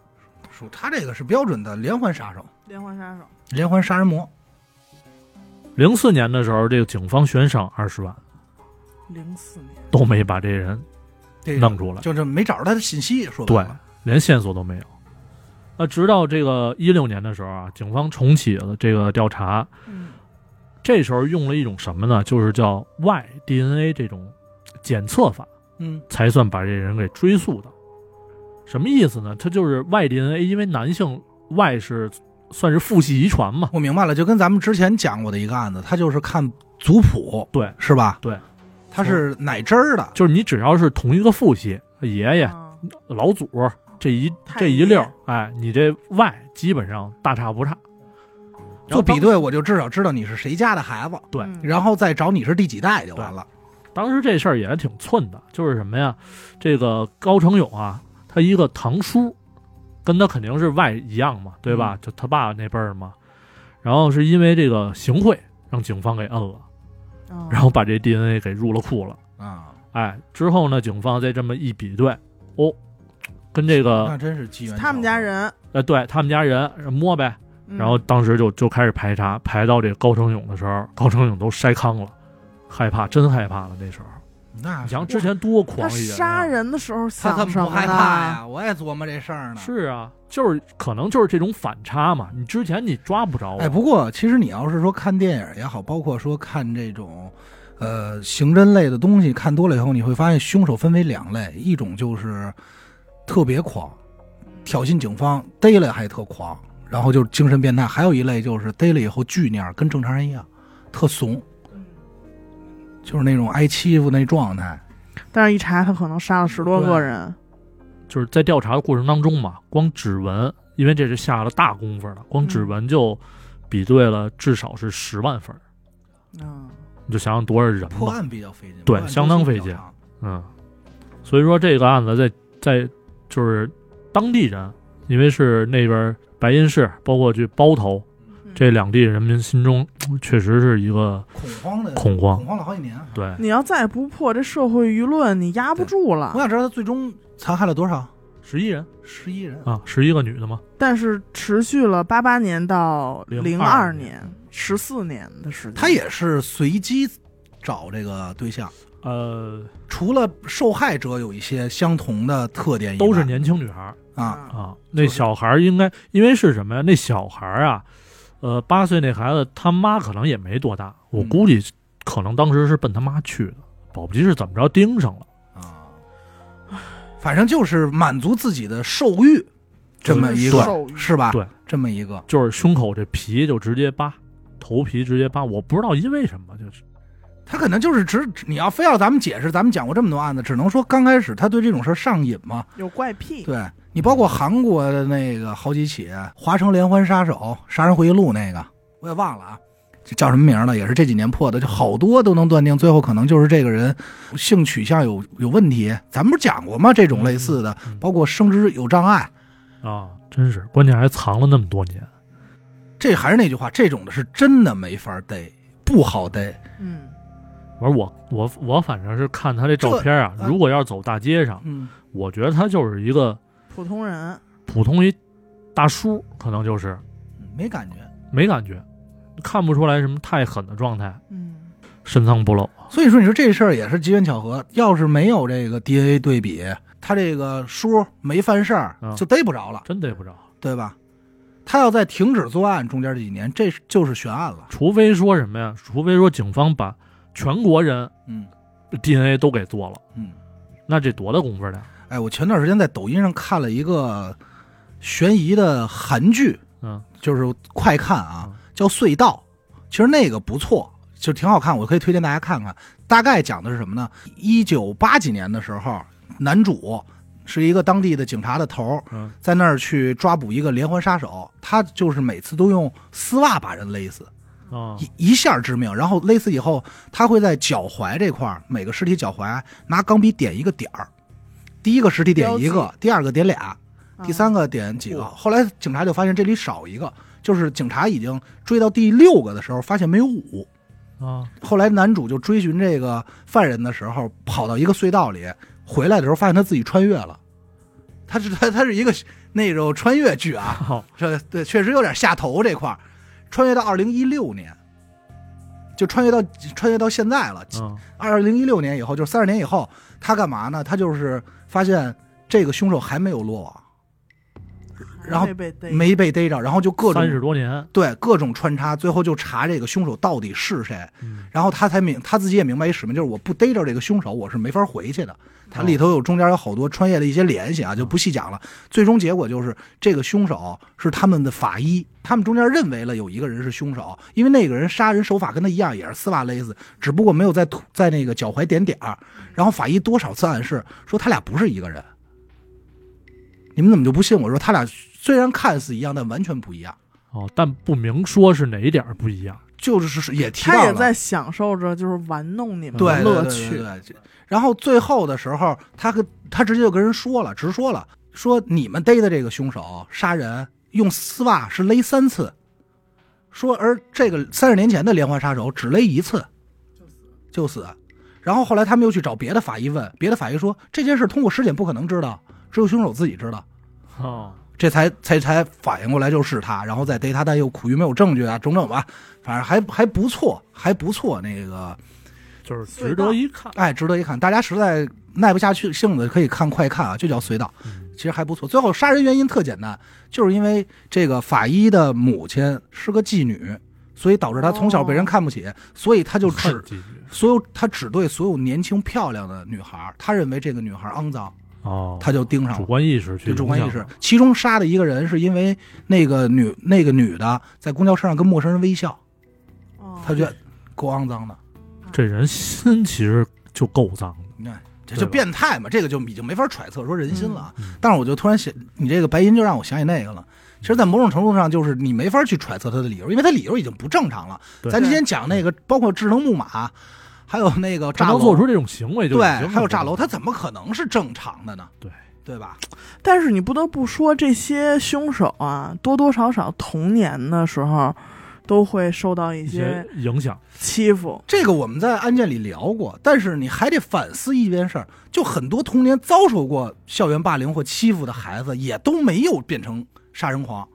属他这个是标准的连环杀手，
连环杀手，
连环杀人魔，
零四年的时候，这个警方悬赏二十万，
零四年，
都没把这人
这个
弄出来，
就这没找着他的信息，说白
对
了，，
连线索都没有。那直到这个一六年的时候啊，警方重启了这个调查，
嗯
这时候用了一种什么呢？就是叫 Y DNA 这种检测法，
嗯
才算把这人给追溯到。什么意思呢？它就是 Y DNA，因为男性 Y 是算是父系遗传嘛，
我明白了，就跟咱们之前讲过的一个案子，他就是看族谱，
对，
是吧？
对，
他是奶汁儿的，
就是你只要是同一个父系，爷爷、
啊
老祖这一
太
这一
爷
溜儿，哎，你这 Y 基本上大差不差。然
做
后
比
当
对，我就至少知道你是谁家的孩子，
对
嗯
然后再找你是第几代就完了。
当时这事儿也挺寸的，就是什么呀？这个高成勇啊，他一个堂叔，跟他肯定是外一样嘛，对吧？就他爸那辈儿嘛。然后是因为这个行贿，让警方给摁了，
啊
然后把这 DNA 给入了库了。
啊，
哎，之后呢，警方再这么一比对，哦，跟这个
那真是机缘巧合。
他们家人，
呃，对他们家人摸呗，
嗯
然后当时就就开始排查，排到这个高成勇的时候，高成勇都筛糠了，害怕，真害怕了。那时候，
那
你
是
想之前多
他
狂一人、啊，
杀人的时候
他
想
他
什
不
么
害
呢
怕呀？我也琢磨这事儿呢。
是啊，就是可能就是这种反差嘛。你之前你抓不着我，啊
哎，不过其实你要是说看电影也好，包括说看这种，呃，刑侦类的东西，看多了以后，你会发现凶手分为两类，一种就是特别狂，挑衅警方，逮了还特狂，然后就是精神变态；还有一类就是逮了以后巨那样，跟正常人一样，特怂，就是那种挨欺负那状态。
但是一查他可能杀了十多个人，
就是在调查的过程当中嘛，光指纹，因为这是下了大功夫了，光指纹就比对了至少是十万份儿，
嗯，
你就想想多少人
破
吧，
案比较费劲，破
对
案周期
相当费
比较
劲
长
嗯，所以说这个案子在在就是当地人，因为是那边白银市，包括去包头这
嗯
两地人民心中确实是一个
恐慌的，
恐慌
恐，慌了好几年。
对，
你要再不破这社会舆论，你压不住
我
了。
想知道他最终残害了多少？
十一人
十一人。
啊，十一个女的嘛，
但是持续了八八年到零
02
二
年
年，十四年的时间，
他也是随机找这个对象，
呃，
除了受害者有一些相同的特点以外，
都是年轻女孩儿。
嗯
啊，
啊，那小孩儿应该因为是什么呀？那小孩儿啊，呃，八岁那孩子他妈可能也没多大，我
嗯
估计可能当时是奔他妈去的，保不齐是怎么着盯上了。
啊，反正就是满足自己的兽欲，这么一个
兽欲
是吧？
对，
这么一个，
就是胸口这皮就直接扒，头皮直接扒，我不知道因为什么，就是
他可能就是只你要非要咱们解释，咱们讲过这么多案子，只能说刚开始他对这种事儿上瘾嘛。
有怪癖，
对你包括韩国的那个好几起《华城连环杀手》《杀人回忆录》那个，我也忘了啊，这叫什么名儿了？也是这几年破的，就好多都能断定，最后可能就是这个人性取向有有问题。咱们不是讲过吗？这种类似的，
嗯
包括生殖有障碍，
啊，真是，关键还藏了那么多年。
这还是那句话，这种的是真的没法逮，不好逮。
嗯，
我说我我我反正是看他这照
这
片啊，
啊
如果要是走大街上，
嗯，
我觉得他就是一个
普通人，
普通一大叔，可能就是
没感觉。
没感觉，看不出来什么太狠的状态。
嗯，
深藏不露。啊
所以说，你说这事儿也是机缘巧合。要是没有这个 DNA 对比，他这个叔没犯事儿
嗯，
就逮不着了。
真逮不着。
对吧？他要在停止作案中间这几年，这就是悬案了。
除非说什么呀？除非说警方把全国人
嗯
DNA 都给做了，
嗯，
那这多大功夫呢？
哎，我前段时间在抖音上看了一个悬疑的韩剧，
嗯，
就是快看啊
嗯，
叫《隧道》，其实那个不错，就挺好看，我可以推荐大家看看。大概讲的是什么呢？一九八几年的时候，男主是一个当地的警察的头儿，
嗯
在那儿去抓捕一个连环杀手，他就是每次都用丝袜把人勒死。
啊，
一一下致命，然后勒死以后，他会在脚踝这块儿，每个尸体脚踝拿钢笔点一个点儿，第一个尸体点一
标
个，第二个点俩，
啊哦
第三个点几个。
哇
后来警察就发现这里少一个，就是警察已经追到第六个的时候，发现没有五。
啊，
后来男主就追寻这个犯人的时候，跑到一个隧道里，回来的时候发现他自己穿越了。他是他他是一个 那种穿越剧啊，
好，
这对确实有点下头这块儿，穿越到二零一六年，就穿越到穿越到现在了。
嗯
二零一六年以后，就是三十年以后，他干嘛呢？他就是发现这个凶手还没有落网，然后
没被逮
没被逮着，然后就各
三
种
十多年，
对各种穿插，最后就查这个凶手到底是谁。
嗯，
然后他才明他自己也明白一使命，就是我不逮着这个凶手，我是没法回去的。它里头有中间有好多穿越的一些联系啊，就不细讲了。最终结果就是这个凶手是他们的法医，他们中间认为了有一个人是凶手，因为那个人杀人手法跟他一样，也是丝袜勒死，只不过没有在土在那个脚踝点点儿。然后法医多少次暗示说他俩不是一个人。你们怎么就不信我说他俩虽然看似一样，但完全不一样？
哦，但不明说是哪一点儿不一样。
就是也提到了，
他也在享受着就是玩弄你们
嗯对
的
对
乐
对
趣。
对对这然后最后的时候，他跟他直接就跟人说了，直说了，说你们逮的这个凶手杀人用丝袜是勒三次，说而这个三十年前的连环杀手只勒一次，就死，然后后来他们又去找别的法医问，别的法医说这件事通过尸检不可能知道，只有凶手自己知道。
哦，
这才才才反应过来就是他，然后再逮他，但又苦于没有证据啊，种种吧，反正还还不错，还不错。那个
就是值得一看。
哎，值得一看。大家实在耐不下去性子，可以看快看啊，就叫隧道，
嗯
其实还不错。最后杀人原因特简单，就是因为这个法医的母亲是个妓女，所以导致她从小被人看不起，所以她就
很
只
积极
所有她只对所有年轻漂亮的女孩儿，她认为这个女孩儿肮脏，
哦，
她就盯上
主
了。
观意识去
就主观
影
意识
响，
其中杀的一个人是因为那个女那个女的在公交车上跟陌生人微笑，
哦
她觉得够肮脏的，
这人心其实就够脏的。
你看这
对
就
吧
变态嘛，这个就已经没法揣测说人心了啊。
嗯
但是我就突然想，你这个白银就让我想起那个了。其实，在某种程度上，就是你没法去揣测他的理由，因为他理由已经不正常了。
对嗯
咱之前讲那个，包括智能木马，还有那个炸
他能
楼，
做出这种行为就已
对
经很，
还有炸楼，
不
他怎么可能是正常的呢？
对，
对吧？
但是你不得不说，这些凶手啊，多多少少童年的时候都会受到一
一些
些
影响。
欺负。
这个我们在案件里聊过，但是你还得反思一件事儿，就很多童年遭受过校园霸凌或欺负的孩子，也都没有变成杀人狂，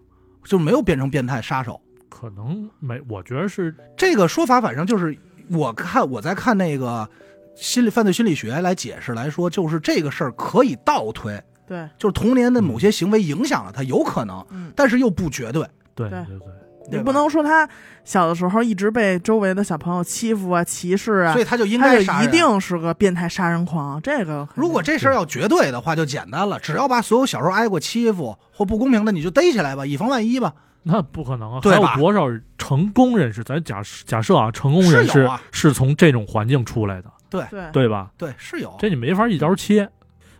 就没有变成变态杀手。
可能没，我觉得是
这个说法，反正就是我看我在看那个心理犯罪心理学来解释来说，就是这个事儿可以倒推，
对，
就是童年的某些行为影响了他，有可能，
嗯，
但是又不绝对，
对
对
对对，
你
对吧
不。能说他小的时候一直被周围的小朋友欺负啊、歧视啊
所以，他就应
他
该
就
杀
一
人。
定是个变态杀人狂。这个肯定
如果这事儿要绝对的话，就简单了，只要把所有小时候挨过欺负或不公平的，你就逮起来吧，以防万一吧。
那不可能啊！
对
还有
吧
多少成功人士？咱假设假设啊，成功人
是有
士
啊
是从这种环境出来的，
对
对吧？
对，是有。
这你没法一刀切。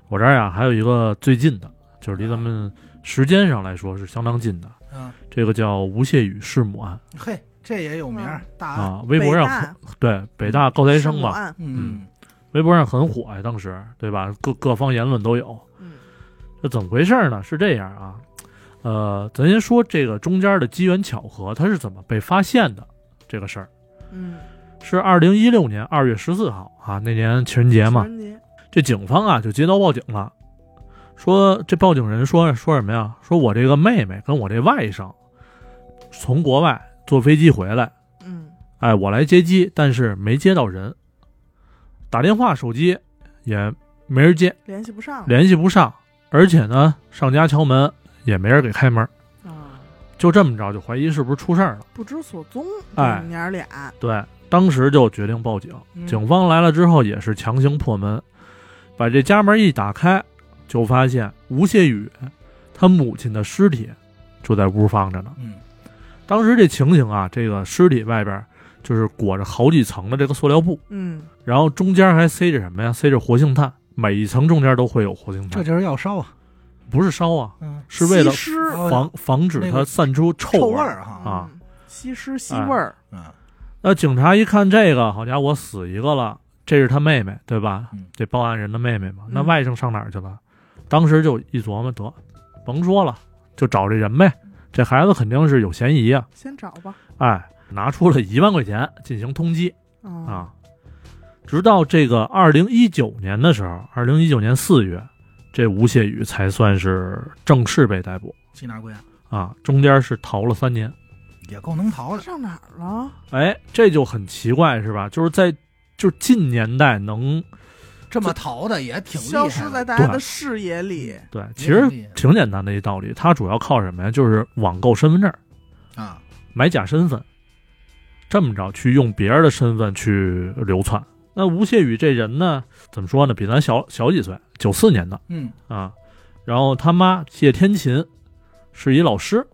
我这儿呀，还有一个最近的，就是离咱们时间上来说是相当近的，
啊嗯，
这个叫吴谢宇弑母案
嘿，这也有名儿，
嗯
大案。
啊，微博上很
大
对北大高材生
圣母
嘛，
案，
嗯，
微博上很火呀，当时对吧？各各方言论都有。
嗯
这怎么回事呢？是这样啊，呃，咱先说这个中间的机缘巧合，它是怎么被发现的这个事儿。
嗯，
是二零一六年二月十四号啊，那年情人节嘛，
情人节
这警方啊就接到报警了，说这报警人说说什么呀？说我这个妹妹跟我这外甥从国外坐飞机回来，
嗯
哎，我来接机，但是没接到人，打电话手机也没人接，
联系不上
联系不上，而且呢上家敲门也没人给开门，
啊，
就这么着就怀疑是不是出事儿了。
不知所踪，
哎
这娘儿俩
对，当时就决定报警。
嗯
警方来了之后也是强行破门，把这家门一打开，就发现吴谢宇他母亲的尸体就在屋放着呢。
嗯，
当时这情形啊，这个尸体外边就是裹着好几层的这个塑料布，
嗯
然后中间还塞着什么呀？塞着活性炭，每一层中间都会有活性
这
炭，
就是要烧啊。
不是烧啊，
嗯，
是为了
吸尸
防防止
哦那
它
个
散出臭
臭
味
儿哈。
啊，哎
嗯吸尸吸味儿，
嗯，
那警察一看这个，好家伙，死一个了，这是他妹妹，对吧？
嗯
这报案人的妹妹嘛，
嗯
那外甥上哪儿去了？当时就一琢磨，得，甭说了，就找这人呗。这孩子肯定是有嫌疑啊！
先找吧
哎，拿出了一万块钱进行通缉
啊
哦
啊。直到这个二零一九年的时候，二零一九年四月，这吴谢宇才算是正式被逮捕
缉拿归案
啊，中间是逃了三年。
也够能逃的。
上哪儿了？
哎，这就很奇怪，是吧？就是在就是近年代能
这么逃的也挺厉害
消
的，
失在大家的
对
视野里。
对，其
也
实
挺厉害
挺简单的一道理，它主要靠什么呀？就是网购身份证，
啊，
买假身份，这么着去用别人的身份去流窜。那吴谢宇这人呢，怎么说呢？比咱小小几岁，九四年的
嗯
啊。然后他妈谢天琴是一老师，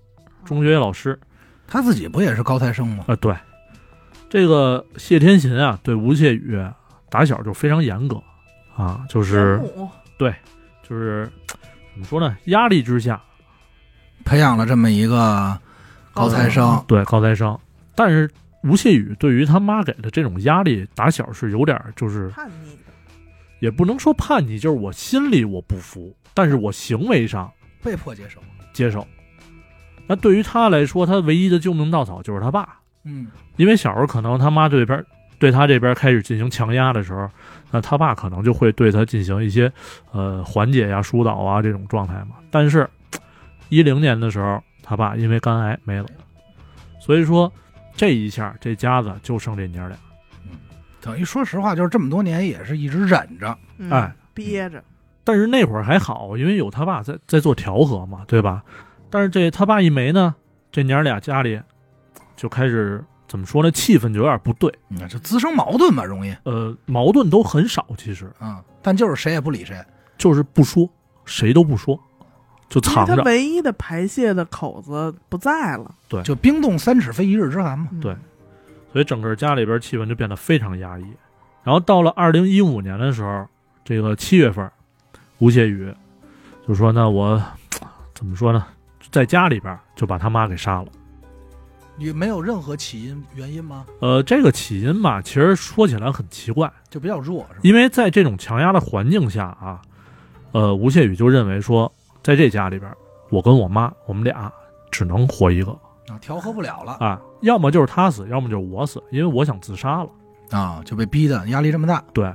中学老师，
他自己不也是高材生吗？
啊，对，这个谢天琴啊，对吴谢宇打小就非常严格啊，就是
天幕
就是怎么说呢？压力之下，
培养了这么一个高材生，啊
对高材生，但是吴谢宇对于他妈给的这种压力，打小是有点儿就是
叛逆的，
也不能说叛逆，就是我心里我不服，但是我行为上
被迫接受。
接受。那对于他来说，他唯一的救命稻草就是他爸，
嗯，
因为小时候可能他妈这边对他这边开始进行强压的时候，那他爸可能就会对他进行一些呃缓解呀、疏导啊这种状态嘛。但是，一零年的时候，他爸因为肝癌没了，所以说这一下这家子就剩这娘俩。
等于说实话，就是这么多年也是一直忍着。
嗯、
哎，
憋着，
但是那会儿还好，因为有他爸在在做调和嘛，对吧？但是这他爸一没呢，这娘俩家里就开始怎么说呢？气氛就有点不对，
你看这嗯滋生矛盾吧，容易
呃，矛盾都很少，其实。
啊，但就是谁也不理谁。
就是不说，谁都不说，就
因为
藏
他
着。
唯一的排泄的口子不在了。
就冰冻三尺非一日之寒嘛。
嗯
对，所以整个家里边气氛就变得非常压抑。然后到了二零一五年的时候，这个七月份，吴谢宇就说呢，我怎么说呢，在家里边就把他妈给杀了。
也没有任何起因原因吗？
呃，这个起因吧，其实说起来很奇怪，
就比较弱是吧？
因为在这种强压的环境下啊，呃，吴谢宇就认为说，在这家里边，我跟我妈，我们俩只能活一个。
啊，调和不了了
啊，要么就是他死，要么就是我死，因为我想自杀了。
啊，就被逼的压力这么大，
对，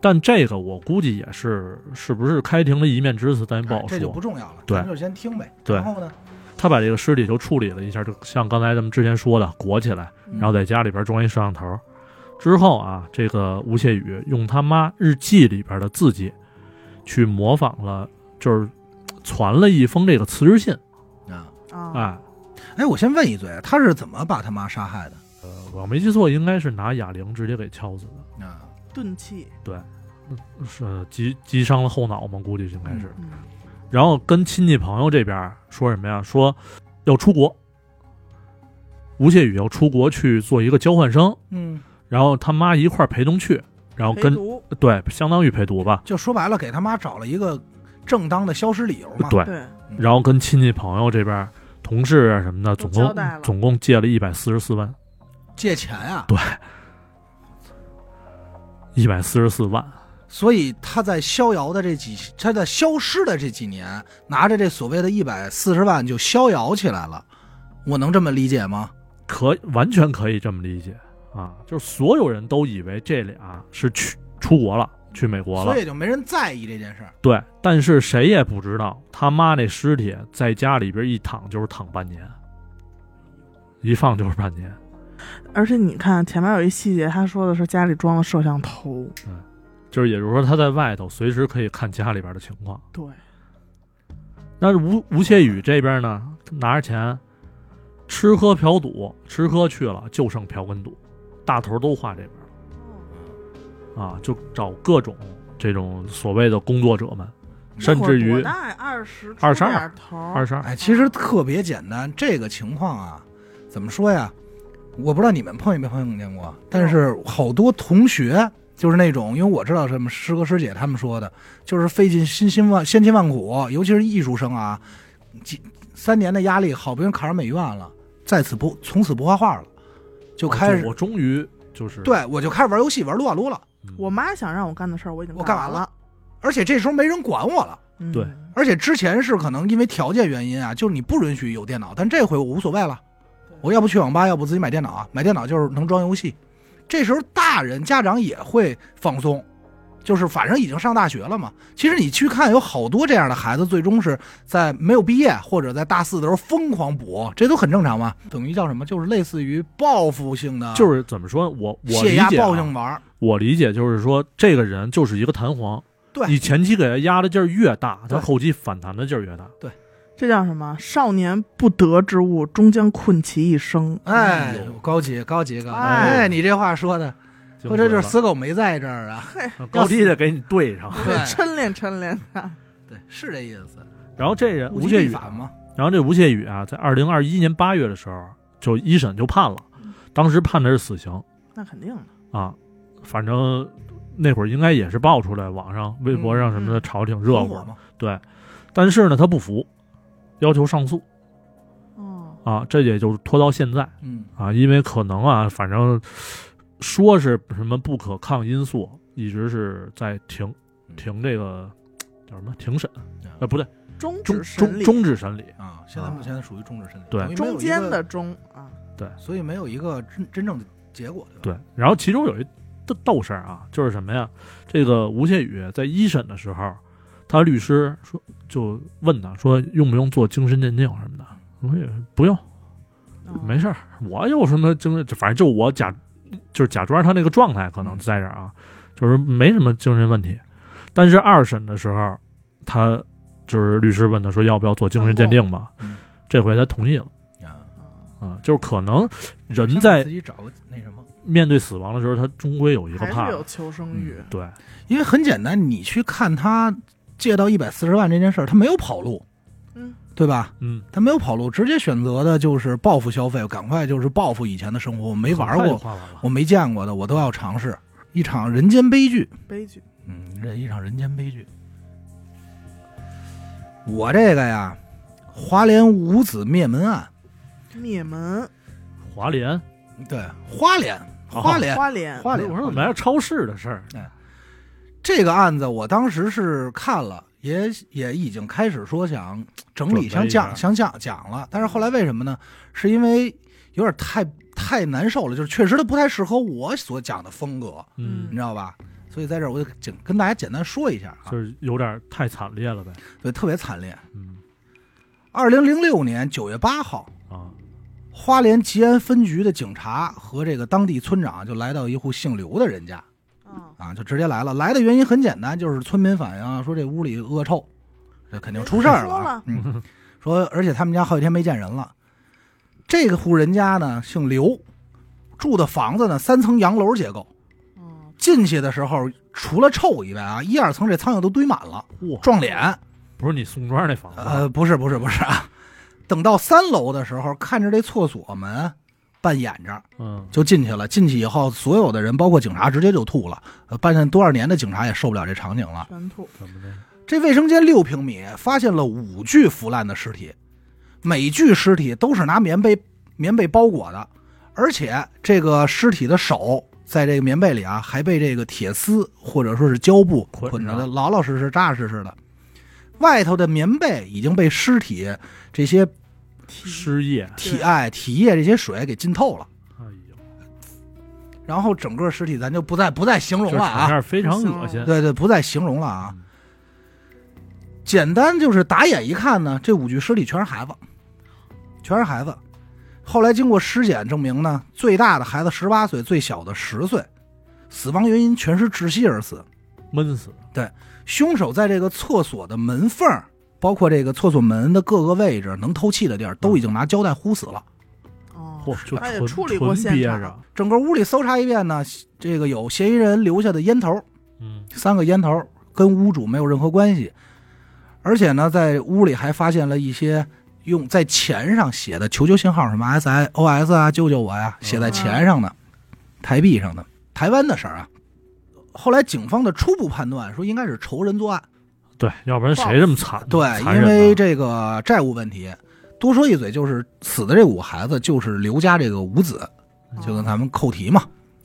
但这个我估计也是是不是开庭的一面之词，咱也不
哎
好
这就不
说。
重要了。
对
咱就先听呗。
对
然后呢？
他把这个尸体就处理了一下，就像刚才咱们之前说的，裹起来，
嗯
然后在家里边装一摄像头。之后啊，这个吴谢宇用他妈日记里边的字迹，去模仿了，就是传了一封这个辞职信。
啊，
啊，
哎，
哎，我先问一嘴，他是怎么把他妈杀害的？
呃，我要没记错，应该是拿哑铃直接给敲死的。
啊，
钝器，
是击击伤了后脑吗？估计应该是。
嗯，
然后跟亲戚朋友这边说什么呀？说要出国，吴谢宇要出国去做一个交换生，
嗯，
然后他妈一块儿陪同去，然后
陪
跟
读
对，相当于陪读吧，
就说白了，给他妈找了一个正当的消失理由嘛。
对。
对，
然后跟亲戚朋友这边、同事啊什么的，
都
总
交代了
共总共借了一百四十四万，
借钱啊。
对，一百四十四万，
所以他在逍遥的这几，他在消失的这几年，拿着这所谓的一百四十万就逍遥起来了。我能这么理解吗？
可完全可以这么理解啊，就是所有人都以为这俩是去出国了，去美国了
所以，也就没人在意这件事儿。
对，但是谁也不知道他妈那尸体在家里边一躺就是躺半年，一放就是半年。
而且你看前面有一细节，他说的是家里装了摄像头，
就是也就是说，他在外头随时可以看家里边的情况。
对，
那吴吴谢宇这边呢，拿着钱吃喝嫖赌，吃喝去了，就剩嫖跟赌，大头都花这边了啊，就找各种这种所谓的工作者们，甚至于
二十
22
头，
二十二，
哎，其实特别简单，这个情况啊，怎么说呀？我不知道你们碰没碰见过，但是好多同学就是那种，因为我知道什么师哥师姐他们说的，就是费尽辛辛万千辛万苦，尤其是艺术生啊，几三年的压力，好不容易考上美院了，在此不从此不画画了，
哦
就开始、
我终于就是，
对我就开始玩游戏，玩撸啊撸了，
嗯
我妈想让我干的事儿，我已经
我干
干
完
了，
而且这时候没人管我了。
嗯
对
而且之前是可能因为条件原因啊，就是你不允许有电脑，但这回我无所谓了，我要不去网吧，要不自己买电脑啊，买电脑就是能装游戏。这时候大人家长也会放松，就是反正已经上大学了嘛。其实你去看，有好多这样的孩子，最终是在没有毕业或者在大四的时候疯狂补，这都很正常嘛。等于叫什么？就是类似于报复性的，
就是怎么说，我我
泄
理
压
解、
报性
啊，
玩儿。
我理解就是说，这个人就是一个弹簧，
对
你前期给他压的劲儿越大，他
对
后期反弹的劲儿越大。
这叫什么？少年不得之物，终将困其一生。嗯
哎
呦，
高级高级高级！
哎
哎，你这话说的，说这就是死狗没在这儿啊。
高低得给你对上。
对
抻练抻练他。
对，是这意思。
然后这人
物
吴
极
谢
必
宇，
反嘛，
然后这吴谢宇啊，在二零二一年八月的时候，就一审就判了，
嗯
当时判的是死刑
那肯定的，
啊，反正那会儿应该也是爆出来，网上、微博上什
嗯
么的吵挺热
合
乎
伙
的。
嘛。
对，但是呢，他不服，要求上诉
哦，
啊，这也就拖到现在
嗯，
啊，因为可能啊，反正说是什么不可抗因素，一直是在停
嗯
停这个叫什么庭审
嗯，
呃，不对，
终
终
止审
终
理，
终止审理。
啊，现在目前属于终止审理，
对
等于没有
中
一
间
个
的，中啊，
所以没有一个真真正的结果，对吧？
对，然后其中有一斗斗事儿啊，就是什么呀？这个吴谢宇在一审的时候，他律师说就问他说用不用做精神鉴定什么的，我也不用，
哦
没事儿，我有什么精神，反正就我假就是假装他那个状态可能
嗯
在这儿啊，就是没什么精神问题。但是二审的时候，他就是律师问他说要不要做精神鉴定嘛
嗯，
这回他同意了
啊，
哦
啊，就是可能人
上
在
自己找个那什么，
面对死亡的时候，他终归有一个
还
怕
是有
的，
求生欲。
对。
嗯因为很简单，你去看他借到一百四十万这件事儿，他没有跑路，
嗯，
对吧？
嗯，
他没有跑路，直接选择的就是报复消费，赶快就是报复以前的生活，我没玩
很快就
过，
画完了。
我没见过的，我都要尝试一场人间悲剧。
悲剧。
嗯，这一场人间悲剧。我这个呀，华联五子灭门案，
灭门，
华联，
对，哦花莲，花莲，
花莲，
花莲，
我说怎么还有超市的事儿？
这个案子我当时是看了，也也已经开始说想整理、
准备
想
一下
讲、想讲讲了，但是后来为什么呢？是因为有点太太难受了，就是确实它不太适合我所讲的风格，
嗯
你，知道吧？所以在这儿我就简跟大家简单说一下啊，
就是有点太惨烈了呗。
对，特别惨烈。
嗯
二零零六年九月八号，
啊，
花莲吉安分局的警察和这个当地村长就来到一户姓刘的人家
啊，
啊，就直接来了。来的原因很简单，就是村民反映啊，说这屋里恶臭，这肯定出事儿
说
了
了。
嗯，说而且他们家好几天没见人了。嗯这个户人家呢姓刘，住的房子呢三层洋楼结构。
哦，
进去的时候，除了臭以外啊，一二层这苍蝇都堆满了，
哇，
撞脸。
不是你宋庄那房子啊，
呃，不是不是不是啊，等到三楼的时候，看着这厕所门半掩着，
嗯，
就进去了。进去以后，所有的人，包括警察，直接就吐了。呃，办案多少年的警察也受不了这场景了。
全吐，
怎么的？
这卫生间六平米，发现了五具腐烂的尸体，每具尸体都是拿棉被棉被包裹的，而且这个尸体的手在这个棉被里啊，还被这个铁丝或者说是胶布
捆
捆着
着
的，老老实实、扎扎实实的。外头的棉被已经被尸体这些
失业，
体哎体液这些水给浸透了。
哎呦，
然后整个尸体咱就不再不再形容
这
了
场
啊，
面非常恶心。
对对，不再形容了啊。简单就是打眼一看呢，这五具尸体全是孩子，全是孩子。后来经过尸检证明呢，最大的孩子十八岁，最小的十岁，死亡原因全是窒息而死。
闷死，
凶手在这个厕所的门缝儿，包括这个厕所门的各个位置能透气的地儿，都已经拿胶带糊死了。
哦，
嚯，就
他也
纯
处理过
纯
现
憋
场
着，
整个屋里搜查一遍呢，这个有嫌疑人留下的烟头，
嗯，
三个烟头跟屋主没有任何关系，而且呢，在屋里还发现了一些用在钱上写的求救信号，什么 S I O S 啊，救救我呀、
嗯
写在钱上的、台币上的，台湾的事儿啊。后来警方的初步判断说应该是仇人作案，
对，要不然谁这么惨？
对，
嗯残
因
忍啊呢
为这个债务问题。多说一嘴，就是死的这五个孩子就是刘家这个五子，
嗯
就跟咱们扣题嘛，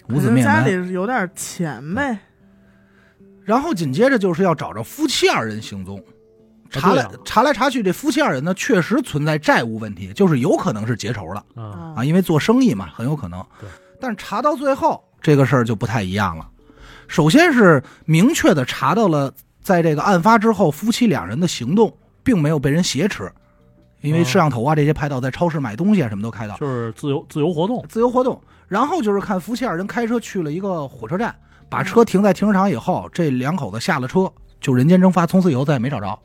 五
可
子
能
灭
家
门。
里有点
嗯
钱呗，
然后紧接着就是要找着夫妻二人行踪，查
对
来、
啊
查来查去，这夫妻二人呢确实存在债务问题，就是有可能是结仇了
啊，
啊，因为做生意嘛，很有可能
对。
但是查到最后，这个事儿就不太一样了。首先是明确的查到了，在这个案发之后，夫妻两人的行动并没有被人挟持，因为
哦
摄像头啊这些拍到，在超市买东西啊什么都开到，
就是自由自由活动，
自由活动。然后就是看夫妻二人开车去了一个火车站，把车停在停车场以后，这两口子下了车就人间蒸发，从此以后再也没找着，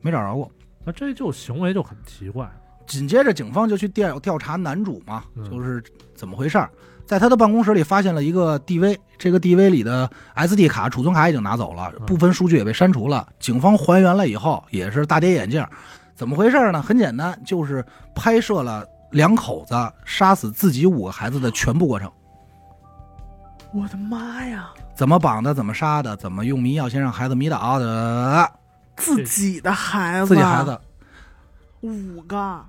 没找着过。
那这就行为就很奇怪。
紧接着，警方就去调调查男主嘛
嗯，
就是怎么回事儿。在他的办公室里发现了一个 DV，这个 DV 里的 SD 卡储存卡已经拿走了
嗯，
部分数据也被删除了。警方还原了以后，也是大跌眼镜儿。怎么回事儿呢？很简单，就是拍摄了两口子杀死自己五个孩子的全部过程，
我的妈呀，
怎么绑的，怎么杀的，怎么用迷药先让孩子迷倒的，
自己的孩子，
自己孩子
五个，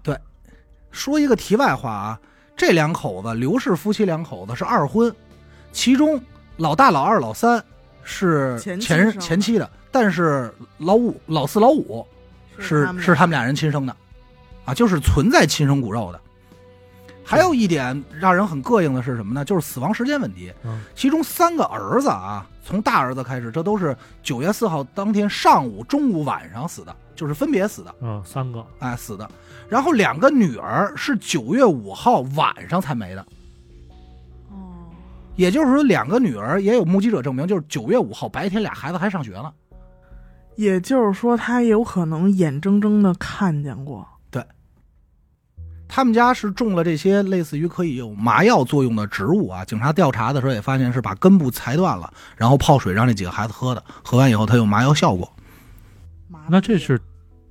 说一个题外话啊，这两口子刘氏夫妻两口子是二婚，其中老大、老二、老三是
前
前
妻生的
前妻的，但是老五、老四、老五是
们
是他们俩人亲生的，啊，就是存在亲生骨肉的。还有一点让人很膈应的是什么呢？就是死亡时间问题。
嗯
其中三个儿子啊，从大儿子开始，这都是九月四号当天上午、中午、晚上死的，就是分别死的。
嗯，三个
哎，死的。然后两个女儿是九月五号晚上才没的，
哦，
也就是说，两个女儿也有目击者证明，就是九月五号白天俩孩子还上学了。
也就是说，他有可能眼睁睁的看见过。
他们家是种了这些类似于可以有麻药作用的植物啊。警察调查的时候也发现是把根部裁断了，然后泡水让这几个孩子喝的，喝完以后它有麻药效果。
麻痹
那这是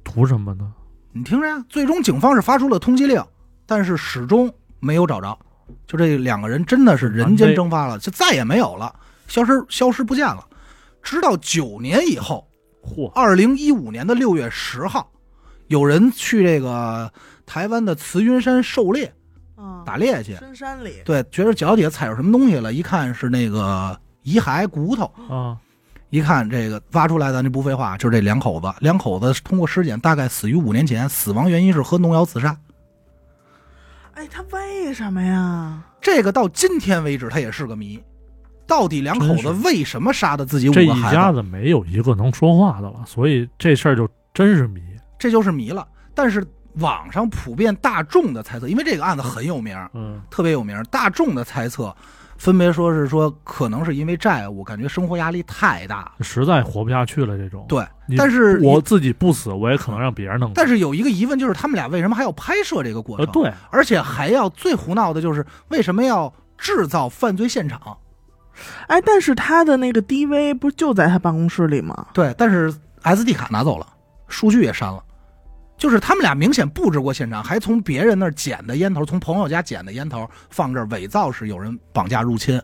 图什么呢？
你听着呀，最终警方是发出了通缉令，但是始终没有找着。就这两个人真的是人间蒸发了，就再也没有了，消失消失不见了。直到九年以后，
嚯，
二零一五年的六月十号，有人去这个台湾的慈云山狩猎
嗯
打猎去，
深山里，
对，觉得脚底下踩着什么东西了，一看是那个遗骸骨头，
啊，
一看这个挖出来，咱就不废话，就是这两口子，两口子通过尸检，大概死于五年前，死亡原因是喝农药自杀。
哎，他为什么呀？
这个到今天为止，他也是个谜。到底两口子
真是
为什么杀的自己五
这
个
一
孩
家
子？
子没有一个能说话的了，所以这事儿就真是谜。
这就是谜了。但是网上普遍大众的猜测，因为这个案子很有名，
嗯，
特别有名，大众的猜测分别说是说可能是因为债务，感觉生活压力太大。
实在活不下去了，这种。
对
你，
但是
我自己不死，我也可能让别人弄死。
但是有一个疑问就是，他们俩为什么还要拍摄这个过
呃，
程？
对，
而且还要最胡闹的就是为什么要制造犯罪现场？
哎，但是他的那个 DV 不就在他办公室里吗？
对，但是 SD 卡拿走了，数据也删了，就是他们俩明显布置过现场，还从别人那儿捡的烟头，从朋友家捡的烟头放这儿，伪造是有人绑架入侵、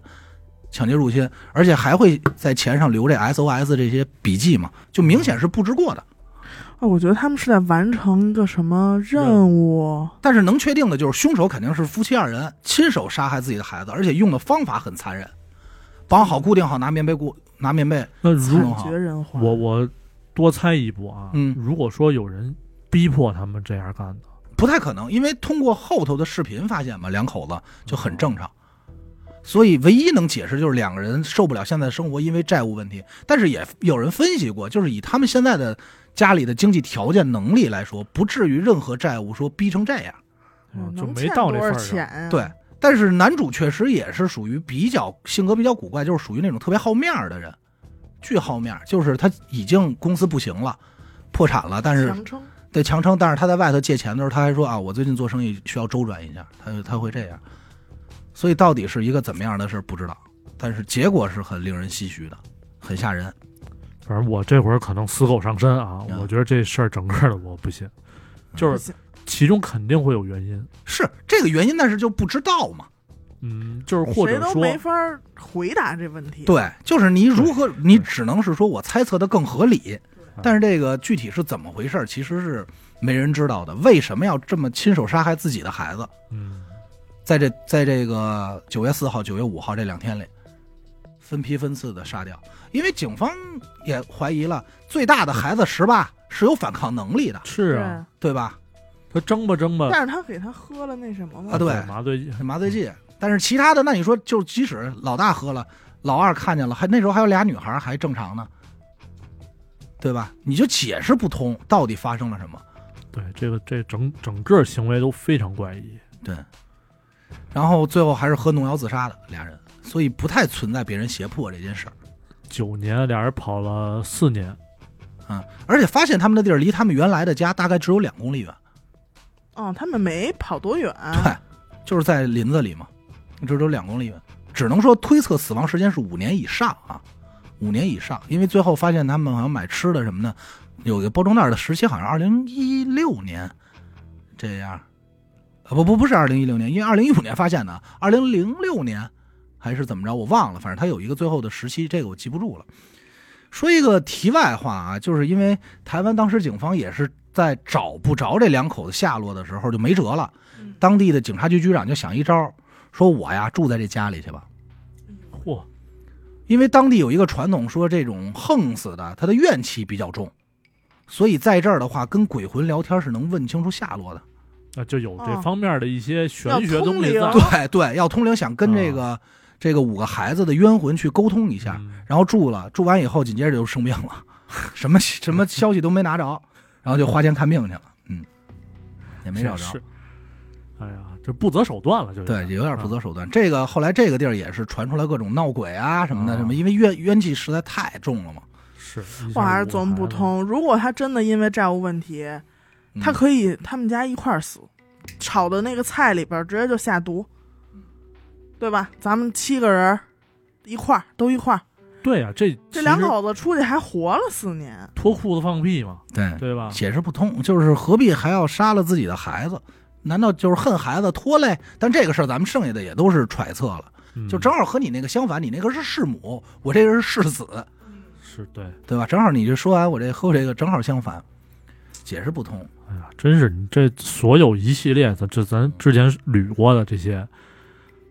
抢劫入侵，而且还会在钱上留这 SOS 这些笔记嘛，就明显是布置过的。
哦，我觉得他们是在完成一个什么任
任
务？
但是能确定的就是，凶手肯定是夫妻二人亲手杀害自己的孩子，而且用的方法很残忍，绑好、固定好，拿棉被固拿棉被。
那如
嗯
惨绝人寰。
啊我我多猜一步啊，
嗯
如果说有人逼迫他们这样干的，
不太可能，因为通过后头的视频发现嘛，两口子就很正常。所以唯一能解释就是两个人受不了现在的生活，因为债务问题。但是也有人分析过，就是以他们现在的家里的经济条件能力来说，不至于任何债务说逼成这样。
嗯就
能
没
欠
到这
多
份
少
儿上。
钱啊？
对，但是男主确实也是属于比较性格比较古怪，就是属于那种特别好面儿的人，巨好面儿。就是他已经公司不行了，破产了，但是
强撑。
对强撑，但是他在外头借钱的时候，他还说啊，我最近做生意需要周转一下，他他会这样，所以到底是一个怎么样的事儿不知道，但是结果是很令人唏嘘的，很吓人。
反正我这会儿可能死口上身啊，
嗯
我觉得这事儿整个的我不信，就是
是
其中肯定会有原因。
是这个原因，但是就不知道嘛。
嗯，就是或
谁
者
都
说
没法儿回答这问题。，
对，就是你如何，你只能是说我猜测的更合理，但是这个具体是怎么回事儿，其实是没人知道的。为什么要这么亲手杀害自己的孩子？
嗯，
在这在这个九月四号、九月五号这两天里，分批分次的杀掉，因为警方也怀疑了最大的孩子十八是有反抗能力的，
是啊，嗯
对吧？
他争吧争吧，
但是他给他喝了那什么
啊
吗？
对
麻醉剂
麻醉剂，但是其他的，那你说就即使老大喝了，老二看见了，还那时候还有俩女孩儿还正常呢，对吧？你就解释不通到底发生了什么。
对，这个这整整个行为都非常怪异。
然后最后还是喝农药自杀的俩人，所以不太存在别人胁迫这件事儿
九年，俩人跑了四年，
啊、而且发现他们的地儿离他们原来的家大概只有两公里远，
哦，他们没跑多远，
对，就是在林子里嘛，这都两公里远，只能说推测死亡时间是五年以上啊，五年以上，因为最后发现他们好像买吃的什么的，有一个包装袋的时期好像二零一六年这样，啊不不不是二零一六年，因为二零一五年发现的，二零零六年还是怎么着我忘了，反正他有一个最后的时期，这个我记不住了。说一个题外话啊，就是因为台湾当时警方也是在找不着这两口子下落的时候就没辙了，当地的警察局局长就想一招，说我呀住在这家里去吧，
嚯，
因为当地有一个传统，说这种横死的他的怨气比较重，所以在这儿的话跟鬼魂聊天是能问清楚下落的。
那就有这
哦
方面的一些玄学
要通
东西
灵。
在
对对，要通灵想跟这个、这个五个孩子的冤魂去沟通一下，
嗯
然后住了，住完以后紧接着就生病了， 什么什么消息都没拿着，然后就花钱看病去了，嗯，也没找着。
是。哎呀，这不择手段了，就是
对，有点不
啊
择手段。这个后来这个地儿也是传出来各种闹鬼啊什么的，
啊
什么因为怨怨气实在太重了嘛。
是，
我还是琢磨不。通。如果他真的因为债务问题，
嗯
他可以他们家一块儿死，炒的那个菜里边儿直接就下毒，对吧？咱们七个人儿一块儿都一块儿，
对呀、这
这两
其实
口子出去还活了四年，
脱裤子放屁嘛，
对，
对啊吧？
解释不通，哎就是何必还要杀了自己的孩子？难道就是恨孩子拖累？但这个事儿咱们剩下的也都是揣测了，
嗯
就正好和你那个相反，你那个是弑母，我这个是弑子，
是对，
对吧？正好你就说完我这和我这个正好相反，解释不通。
哎呀，真是你这所有一系列的，这咱之前捋过的这些，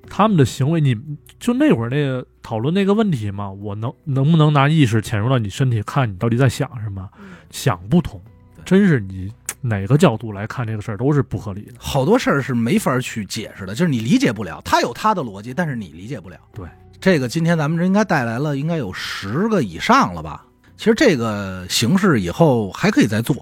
他们的行为，你就那会儿那个讨论那个问题嘛，我能能不能拿意识潜入到你身体，看你到底在想什么？
嗯
想不通，真是你哪个角度来看这个事儿都是不合理的。
好多事儿是没法去解释的，就是你理解不了，他有他的逻辑，但是你理解不了。
对，
这个今天咱们这应该带来了，应该有十个以上了吧？其实这个形式以后还可以再做，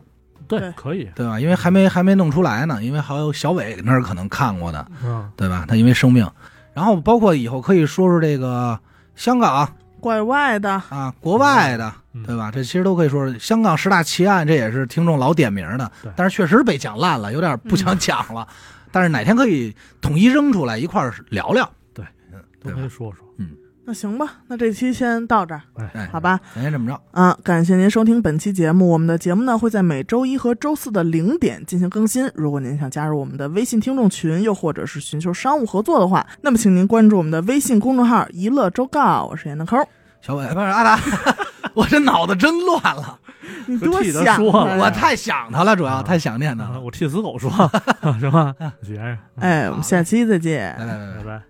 对
可以，啊
对吧？因为还没还没弄出来呢，因为还有小伟那儿可能看过呢，
嗯，
对吧？他因为生病，然后包括以后可以说说这个香港
怪外的。
啊，国外的，
嗯
对吧？这其实都可以说说香港十大奇案，这也是听众老点名的
对，嗯
但是确实被讲烂了，有点不想讲了。但是哪天可以统一扔出来一块儿聊聊，
对
嗯，
都
对
可以
吧？
说说。
那行吧，那这期先到这儿，
哎
哎，
好吧？
咱先这么着，
啊，感谢您收听本期节目。我们的节目呢会在每周一和周四的零点进行更新。如果您想加入我们的微信听众群，又或者是寻求商务合作的话，那么请您关注我们的微信公众号“一乐周告”。我是闫德抠，
小伟不是 阿达，我这脑子真乱了，
你多
替他
想啊
说
他
了
哎呀
我太想他了，主
啊
要太想念他
啊
了。
我替死狗说，是吧？许先生，嗯
哎，我们下期再见。
来来来来
拜。拜。